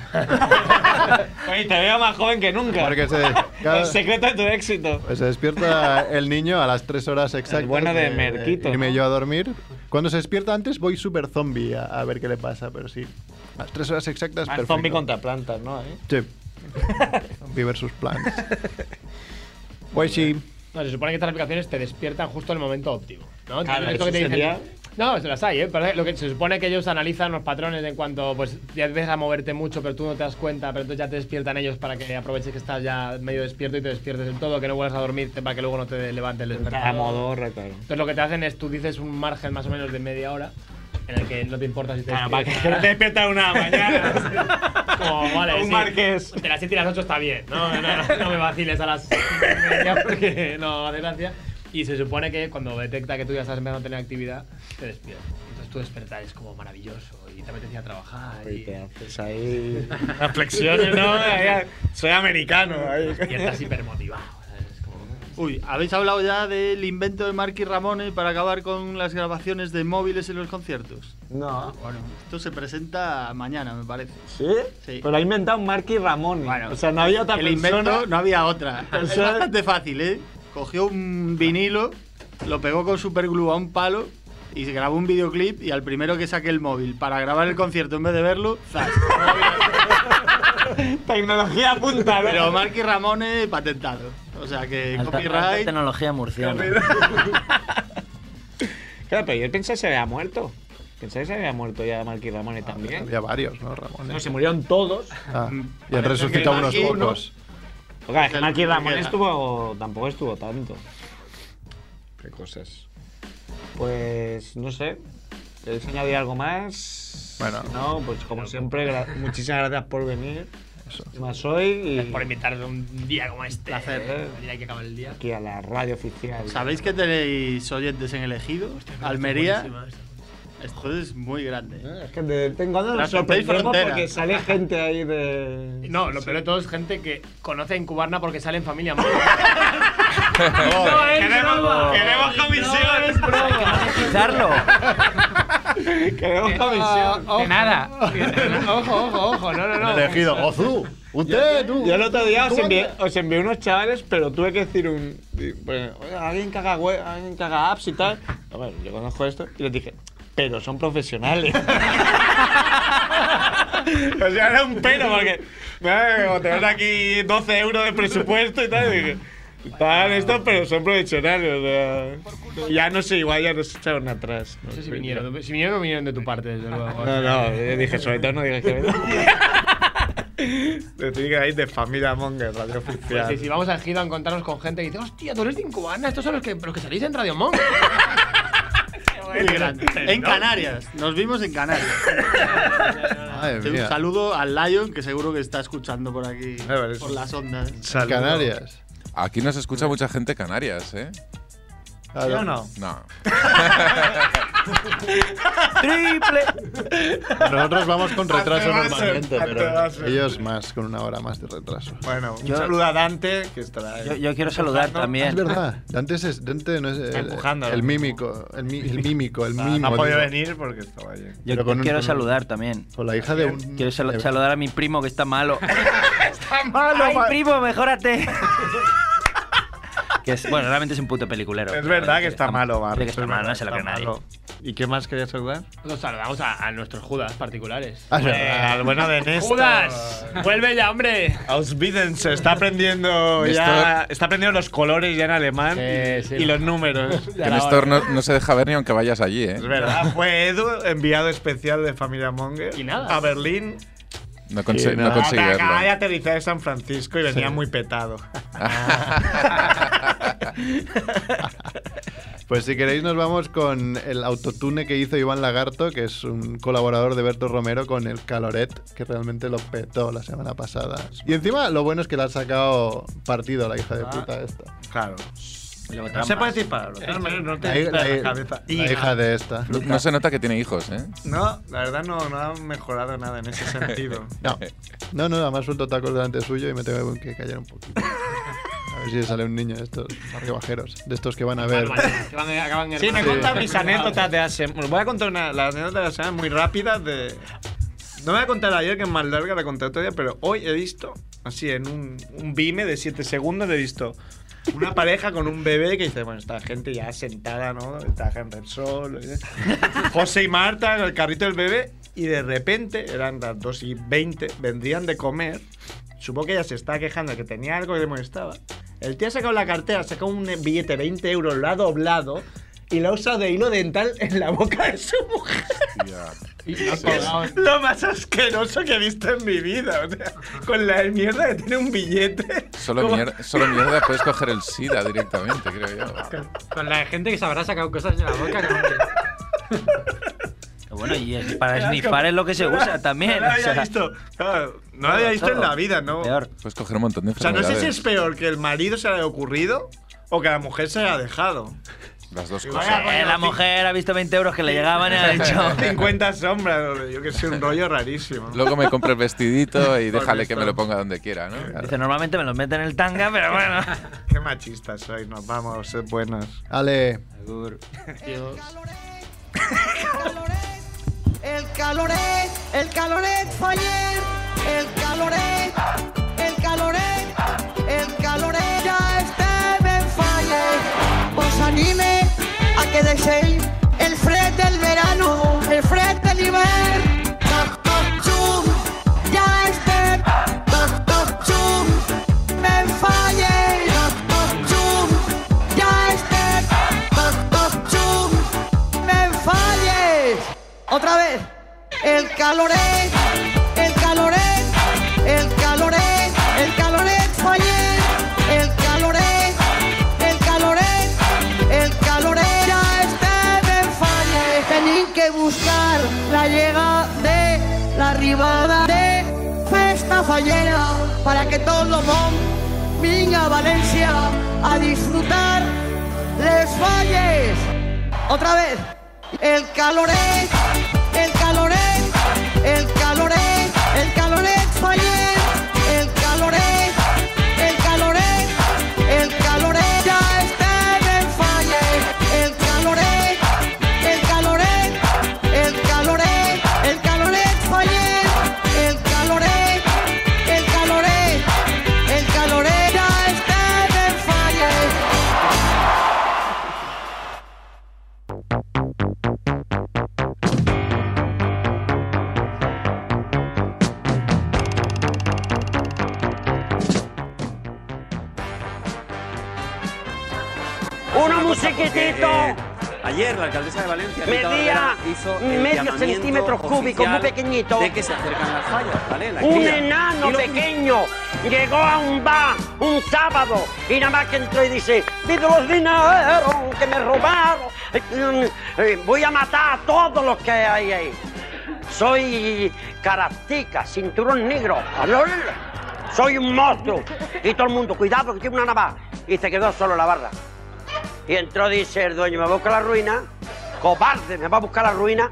Speaker 2: Oye, te veo más joven que nunca.
Speaker 3: Porque se, cada-
Speaker 2: El secreto de tu éxito.
Speaker 3: se despierta el niño a las 3 horas exactas.
Speaker 2: El bueno de Merquito,
Speaker 3: Irme
Speaker 2: ¿no?
Speaker 3: yo a dormir. Cuando se despierta antes voy súper zombie a, a ver qué le pasa, pero sí. A las 3 horas exactas,
Speaker 2: Más
Speaker 3: perfecto.
Speaker 2: zombie contra plantas, ¿no? ¿Eh?
Speaker 3: Sí. Zombie versus plants. Pues sí.
Speaker 7: No, se supone que estas aplicaciones te despiertan justo en el momento óptimo. ¿no?
Speaker 2: Claro,
Speaker 7: Entonces, lo
Speaker 2: eso
Speaker 7: que te dicen-
Speaker 2: sería-
Speaker 7: No, se las hay, ¿eh? Pero lo que se supone que ellos analizan los patrones en cuanto pues ya empiezas a moverte mucho, pero tú no te das cuenta, pero entonces ya te despiertan ellos para que aproveches que estás ya medio despierto y te despiertes del todo, que no vuelvas a dormirte para que luego no te levantes el
Speaker 2: A
Speaker 7: despertador.
Speaker 2: modorra, claro.
Speaker 7: Entonces lo que te hacen es tú dices un margen más o menos de media hora en el que no te importa si te
Speaker 2: Claro, para Ah, que
Speaker 7: despiertas.
Speaker 2: no te despiertas una mañana.
Speaker 7: Como, vale,
Speaker 2: Un
Speaker 7: sí,
Speaker 2: marqués.
Speaker 7: Entre las 7 y las 8 está bien. No, no, no, no me vaciles a las 5 y media porque no hace gracia. Y se supone que cuando detecta que tú ya estás empezando a tener actividad, te despierta. Entonces tu despertar es como maravilloso y te apetecía trabajar.
Speaker 2: Y
Speaker 7: Y,
Speaker 2: te haces ahí. Las flexiones, ¿no? Ahí, Soy americano. ahí.
Speaker 7: y estás hipermotivado. ¿sabes? Es como-
Speaker 9: Uy, habéis hablado ya del invento de Marky Ramone para acabar con las grabaciones de móviles en los conciertos.
Speaker 2: No.
Speaker 9: Bueno, esto se presenta mañana, me parece.
Speaker 2: ¿Sí?
Speaker 9: Sí.
Speaker 2: Pero ha inventado Marky Ramón.
Speaker 9: Bueno,
Speaker 2: o sea, no había otra
Speaker 9: El
Speaker 2: persona.
Speaker 9: invento no había otra. Es
Speaker 2: Persona-
Speaker 9: bastante fácil, ¿eh? Cogió un vinilo, lo pegó con superglue a un palo y se grabó un videoclip y al primero que saque el móvil para grabar el concierto en vez de verlo, ¡zas!
Speaker 2: Tecnología punta, ¿no?
Speaker 9: Pero Marky Ramone eh, patentado. O sea que
Speaker 13: Alta- alta
Speaker 9: copyright...
Speaker 13: tecnología murciana.
Speaker 2: Claro, pero yo pensé que se había muerto. Pensé que se había muerto ya Marky Ramón también.
Speaker 3: Había varios, ¿no, Ramón?
Speaker 2: No, se murieron todos.
Speaker 3: Ah, y han
Speaker 9: Parece que
Speaker 3: resucitado unos
Speaker 9: Marky, ¿no?
Speaker 3: pocos.
Speaker 2: O sea, es que
Speaker 9: El-
Speaker 2: Marky Ramón
Speaker 9: el-
Speaker 2: estuvo, tampoco estuvo tanto.
Speaker 12: Qué cosas.
Speaker 2: Pues no sé. ¿Queréis añadir algo más?
Speaker 3: Bueno.
Speaker 2: Si No, pues como siempre, gra- muchísimas gracias por venir.
Speaker 3: Eso.
Speaker 2: Más hoy y
Speaker 7: Por invitarnos un día como este.
Speaker 2: Placer. ¿eh?
Speaker 7: El día que acaba el día.
Speaker 2: aquí a la radio oficial.
Speaker 9: ¿Sabéis que tenéis oyentes en el ejido? Almería. Esto es muy grande.
Speaker 2: Ah, Es que de vez en cuando nos
Speaker 9: Las fronteras y
Speaker 2: sorprendemos
Speaker 9: fronteras.
Speaker 2: porque sale gente ahí de.
Speaker 7: No, lo peor de todo es gente que conoce en Cubarna porque sale en familia. Móvil.
Speaker 2: Queremos- queremos comisiones,
Speaker 13: Monetizarlo.
Speaker 2: Queremos
Speaker 7: Ah,
Speaker 2: comisión.
Speaker 6: De nada.
Speaker 7: ojo, ojo, ojo, no, no, no.
Speaker 3: El elegido. ¡Ozu! ¡Usted, tú!
Speaker 2: Yo el otro día os
Speaker 3: ¿Cómo
Speaker 2: envié, os envié unos chavales, pero tuve que decir un. di- bueno, oiga, alguien que haga web, alguien que haga apps y tal. A ver, yo conozco esto. Y les dije, pero son profesionales. o sea, era un pero, porque. eh, Como tenemos aquí 12 euros de presupuesto y tal. Y dije, están estos, pero son profesionales. O sea, ya no sé, igual ya nos echaron atrás.
Speaker 7: No sé si vinieron, si vinieron o vinieron de tu parte, desde luego.
Speaker 2: No, no, yo dije, sobre todo no digas que.
Speaker 12: Decidí que ahí de familia Monger, radio
Speaker 7: Pues
Speaker 12: oficial.
Speaker 7: Si, si vamos al Gido a encontrarnos con gente que dice, hostia, tú eres de Incubana, estos son los que, los que salís en Radio Monk.
Speaker 9: Muy grande. En Canarias. Nos vimos en Canarias.
Speaker 3: Madre
Speaker 9: Sí, Un
Speaker 3: mía.
Speaker 9: saludo al Lion, que seguro que está escuchando por aquí,
Speaker 2: ver, es-
Speaker 9: por las ondas.
Speaker 2: Saludo.
Speaker 3: Canarias.
Speaker 5: Aquí nos escucha mucha gente canarias, ¿eh?
Speaker 3: Claro.
Speaker 4: o no?
Speaker 5: No.
Speaker 4: ¡Triple!
Speaker 3: Nosotros vamos con retraso
Speaker 2: Atraso,
Speaker 3: normalmente,
Speaker 2: atraso.
Speaker 3: pero ellos más, con una hora más de retraso.
Speaker 2: Bueno, un
Speaker 4: Yo-
Speaker 2: saludo a Dante, que estará
Speaker 4: Yo, yo quiero saludar
Speaker 3: Es
Speaker 4: también.
Speaker 3: verdad, Dante, es, Dante no es el,
Speaker 2: empujando,
Speaker 3: el
Speaker 2: ¿no? Ah,
Speaker 3: mímico, el, mi- el mímico, el
Speaker 2: No,
Speaker 3: mimo.
Speaker 2: no ha podido
Speaker 3: digo.
Speaker 2: venir porque estaba allí.
Speaker 4: Yo
Speaker 3: Pero con un-
Speaker 4: quiero
Speaker 3: con un-
Speaker 4: saludar también.
Speaker 3: Con la hija de un...
Speaker 4: Quiero sal-
Speaker 3: de-
Speaker 4: saludar a mi primo que está malo. ¡Ay, primo, mejórate! que es, bueno, realmente es un puto peliculero.
Speaker 2: Es verdad que está malo,
Speaker 4: Dice
Speaker 2: Barry.
Speaker 4: que está
Speaker 2: es
Speaker 4: malo,
Speaker 2: verdad,
Speaker 4: no se lo
Speaker 2: está
Speaker 4: cree nadie.
Speaker 2: malo. ¿Y qué más querías saludar?
Speaker 7: Nos saludamos a, a nuestros Judas particulares. Pues,
Speaker 3: Ah, es
Speaker 2: Eh,
Speaker 3: verdad.
Speaker 2: al bueno de Néstor.
Speaker 7: ¡Judas! ¡Vuelve ya, hombre!
Speaker 2: Auschwitz se está aprendiendo ya, está aprendiendo los colores ya en alemán
Speaker 7: Sí, sí.
Speaker 2: y los números.
Speaker 5: Que Néstor no, no se deja ver ni aunque vayas allí, ¿eh?
Speaker 2: Es verdad, fue Edu, enviado especial de Familia Monger
Speaker 7: Y nada.
Speaker 2: a Berlín.
Speaker 5: No, conse-
Speaker 3: Sí,
Speaker 5: no
Speaker 3: nada.
Speaker 5: consigue
Speaker 2: Acaba de
Speaker 5: verlo.
Speaker 2: aterrizar en San Francisco y venía muy petado.
Speaker 3: Pues si queréis nos vamos con el autotune que hizo Iván Lagarto, que es un colaborador de Berto Romero con el Caloret, que realmente lo petó la semana pasada. Y encima lo bueno es que le ha sacado partido a la hija de puta esta.
Speaker 2: Claro.
Speaker 4: Y luego
Speaker 2: No se
Speaker 4: trampas.
Speaker 2: puede decir palabras, no, no te
Speaker 3: La, hi-
Speaker 2: entra
Speaker 3: la
Speaker 2: en
Speaker 3: hi-
Speaker 2: la cabeza.
Speaker 3: la hija de esta.
Speaker 5: No se nota que tiene hijos, ¿eh?
Speaker 2: No, la verdad no, no ha mejorado nada en ese sentido.
Speaker 3: No, no, no, además suelto tacos delante suyo y me tengo que callar un poquito. A ver si sale un niño de estos barribajeros, de estos que van a ver.
Speaker 7: Que van- acaban
Speaker 2: Sí, me
Speaker 7: hermanos.
Speaker 2: cuentan mis anécdotas de hace. Os voy a contar una, las anécdotas de la semana muy rápidas de. No me voy a contar ayer, que es más larga la conté otro día, pero hoy he visto, así en un, un vime de 7 segundos, he visto una pareja con un bebé que dice, bueno, esta gente ya sentada, ¿no? Trabaja en Repsol. ¿eh? José y Marta en el carrito del bebé y de repente, eran las 2 y 20, vendrían de comer. Supongo que ella se está quejando de que tenía algo que le molestaba. El tío ha sacado la cartera, ha sacado un billete de 20 euros, lo ha doblado y lo ha usado de hilo dental en la boca de su mujer. Es lo más asqueroso que he visto en mi vida. o sea, con la mierda de tener un billete.
Speaker 5: Solo,
Speaker 2: Como-
Speaker 5: mier- solo mierda puedes coger el SIDA directamente, creo yo.
Speaker 11: Con la gente que se habrá sacado cosas de la boca. ¿no?
Speaker 4: Bueno, y es- para esnifar es lo que se usa Ah, también.
Speaker 2: No lo
Speaker 4: o sea,
Speaker 2: había visto, claro, no lo había
Speaker 4: todo,
Speaker 2: visto en
Speaker 4: todo.
Speaker 2: la vida, ¿no?
Speaker 4: Peor.
Speaker 5: Puedes coger un montón de
Speaker 2: O sea, no
Speaker 5: enfermedades.
Speaker 2: sé si es peor que el marido se le haya ocurrido o que la mujer se le haya dejado.
Speaker 5: Las dos
Speaker 2: Igual
Speaker 5: cosas.
Speaker 2: Ah,
Speaker 4: Eh,
Speaker 2: bueno,
Speaker 4: la
Speaker 2: sí.
Speaker 4: mujer ha visto 20 euros que le llegaban y ha dicho.
Speaker 2: 50 sombras, o yo que sé, un rollo rarísimo.
Speaker 5: Luego me compro el vestidito y déjale que me lo ponga donde quiera, ¿no?
Speaker 4: Dice, normalmente me los meten en el tanga, pero bueno.
Speaker 2: Qué machistas sois, nos vamos, eh, sed buenos.
Speaker 3: Ale,
Speaker 14: El caloré, el caloré fue ayer, el caloré, el caloré, el caloré ya este me falle. Os anime a que deseéis el fred del verano, el fred del hiver. Toc, toc, chum, ya este, toc, toc, chum, me falle. Toc, toc, chum, ya este, toc, toc, chum, me falle. Otra vez. El caloré, el caloré, el caloré, el caloré fue ayer. El caloré, el caloré, el caloré ya este me falle. Tenéis que buscar la llegada de la arribada de Festa Fallera para que todo el món vinga a Valencia a disfrutar les falles. Otra vez. El caloré, el caloré, el caloré, el caloré fue ayer. El caloré, el caloré, el caloré ya está en el falle. El caloré, el caloré, el caloré, el caloré fue ayer. El caloré, el caloré, el caloré ya está en el falle.
Speaker 6: Una musiquitito
Speaker 15: eh, Ayer la alcaldesa de Valencia, Rita
Speaker 16: Medía
Speaker 15: Barberá, hizo el
Speaker 16: medio
Speaker 15: llamamiento
Speaker 16: centímetro cúbico, muy
Speaker 15: oficial
Speaker 16: pequeñito.
Speaker 15: de que se acercan las fallas, ¿vale? La
Speaker 16: Un
Speaker 15: cría.
Speaker 16: enano
Speaker 15: Y lo-
Speaker 16: pequeño llegó a un bar un sábado y nada más que entró y dice, vivo los dineros que me robaron, Eh, mm, eh, voy a matar a todos los que hay ahí. Soy caractica, cinturón negro, ¡Alol! soy un monstruo. Y todo el mundo, cuidado que tiene una navaja. Y se quedó solo la barra. Y entró, dice el dueño, me busca la ruina. Cobarde, me va a buscar la ruina.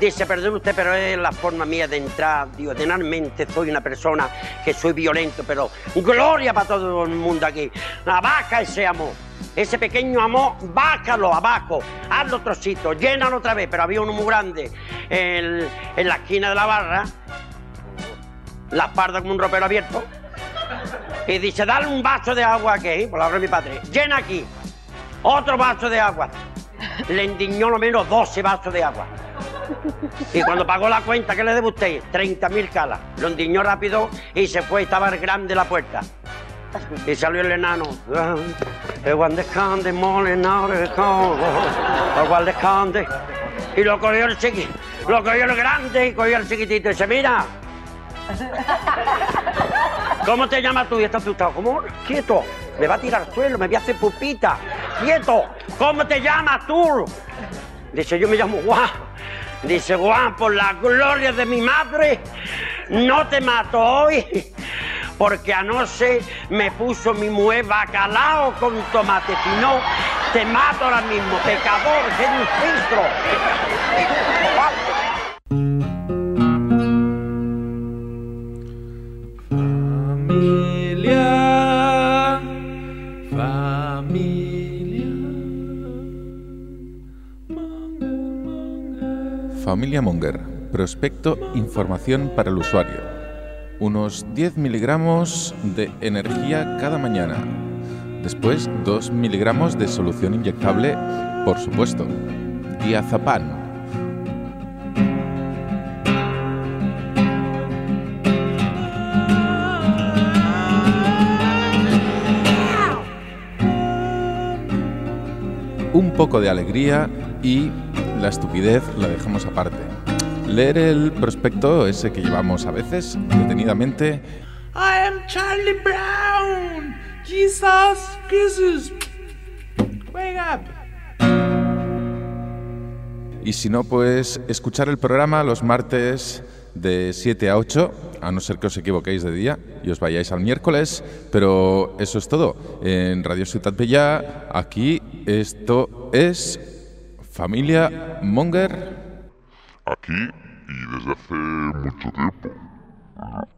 Speaker 16: Dice, perdón usted, pero es la forma mía de entrar. Digo, tenalmente soy una persona que soy violento, pero gloria para todo el mundo aquí. Abaca ese amor. Ese pequeño amor, bácalo abajo, hazlo trocito, llénalo otra vez, pero había uno muy grande en- en la esquina de la barra, la espalda como un ropero abierto, y dice, dale un vaso de agua aquí, por la obra de mi padre, llena aquí, otro vaso de agua. Le indignó lo menos 12 vasos de agua. Y cuando pagó la cuenta, ¿qué le debe usted? 30.000 calas. Lo indignó rápido y se fue, estaba el grande la puerta. Y salió el enano. "Eh, El guandescande, mole, el guandescande. Y lo cogió el chiqui, lo cogió el grande y cogió el chiquitito. Y dice, mira, ¿Cómo te llamas tú? Y estás asustado. ¿Cómo? Quieto. Me va a tirar al suelo, me voy a hacer pupita. Quieto. ¿Cómo te llamas tú? Dice, yo me llamo Juan. Dice, Juan, por la gloria de mi madre, no te mato hoy. Porque anoche me puso mi mujer bacalao con tomate. Si no, te mato ahora mismo. Pecador, genufiltro.
Speaker 17: Familia, familia.
Speaker 5: Familia Monger. Prospecto información para el usuario. Unos 10 miligramos de energía cada mañana. Después 2 miligramos de solución inyectable, por supuesto. Diazapán. Un poco de alegría y la estupidez la dejamos aparte. Leer el prospecto ese que llevamos a veces detenidamente
Speaker 17: I am Charlie Brown. Jesus kisses. Wake up.
Speaker 5: Y si no, pues escuchar el programa los martes de 7 a 8, a no ser que os equivoquéis de día y os vayáis al miércoles, pero eso es todo. En Radio Ciudad Bella, aquí esto es Familia Monger.
Speaker 18: Aquí y desde hace mucho tiempo.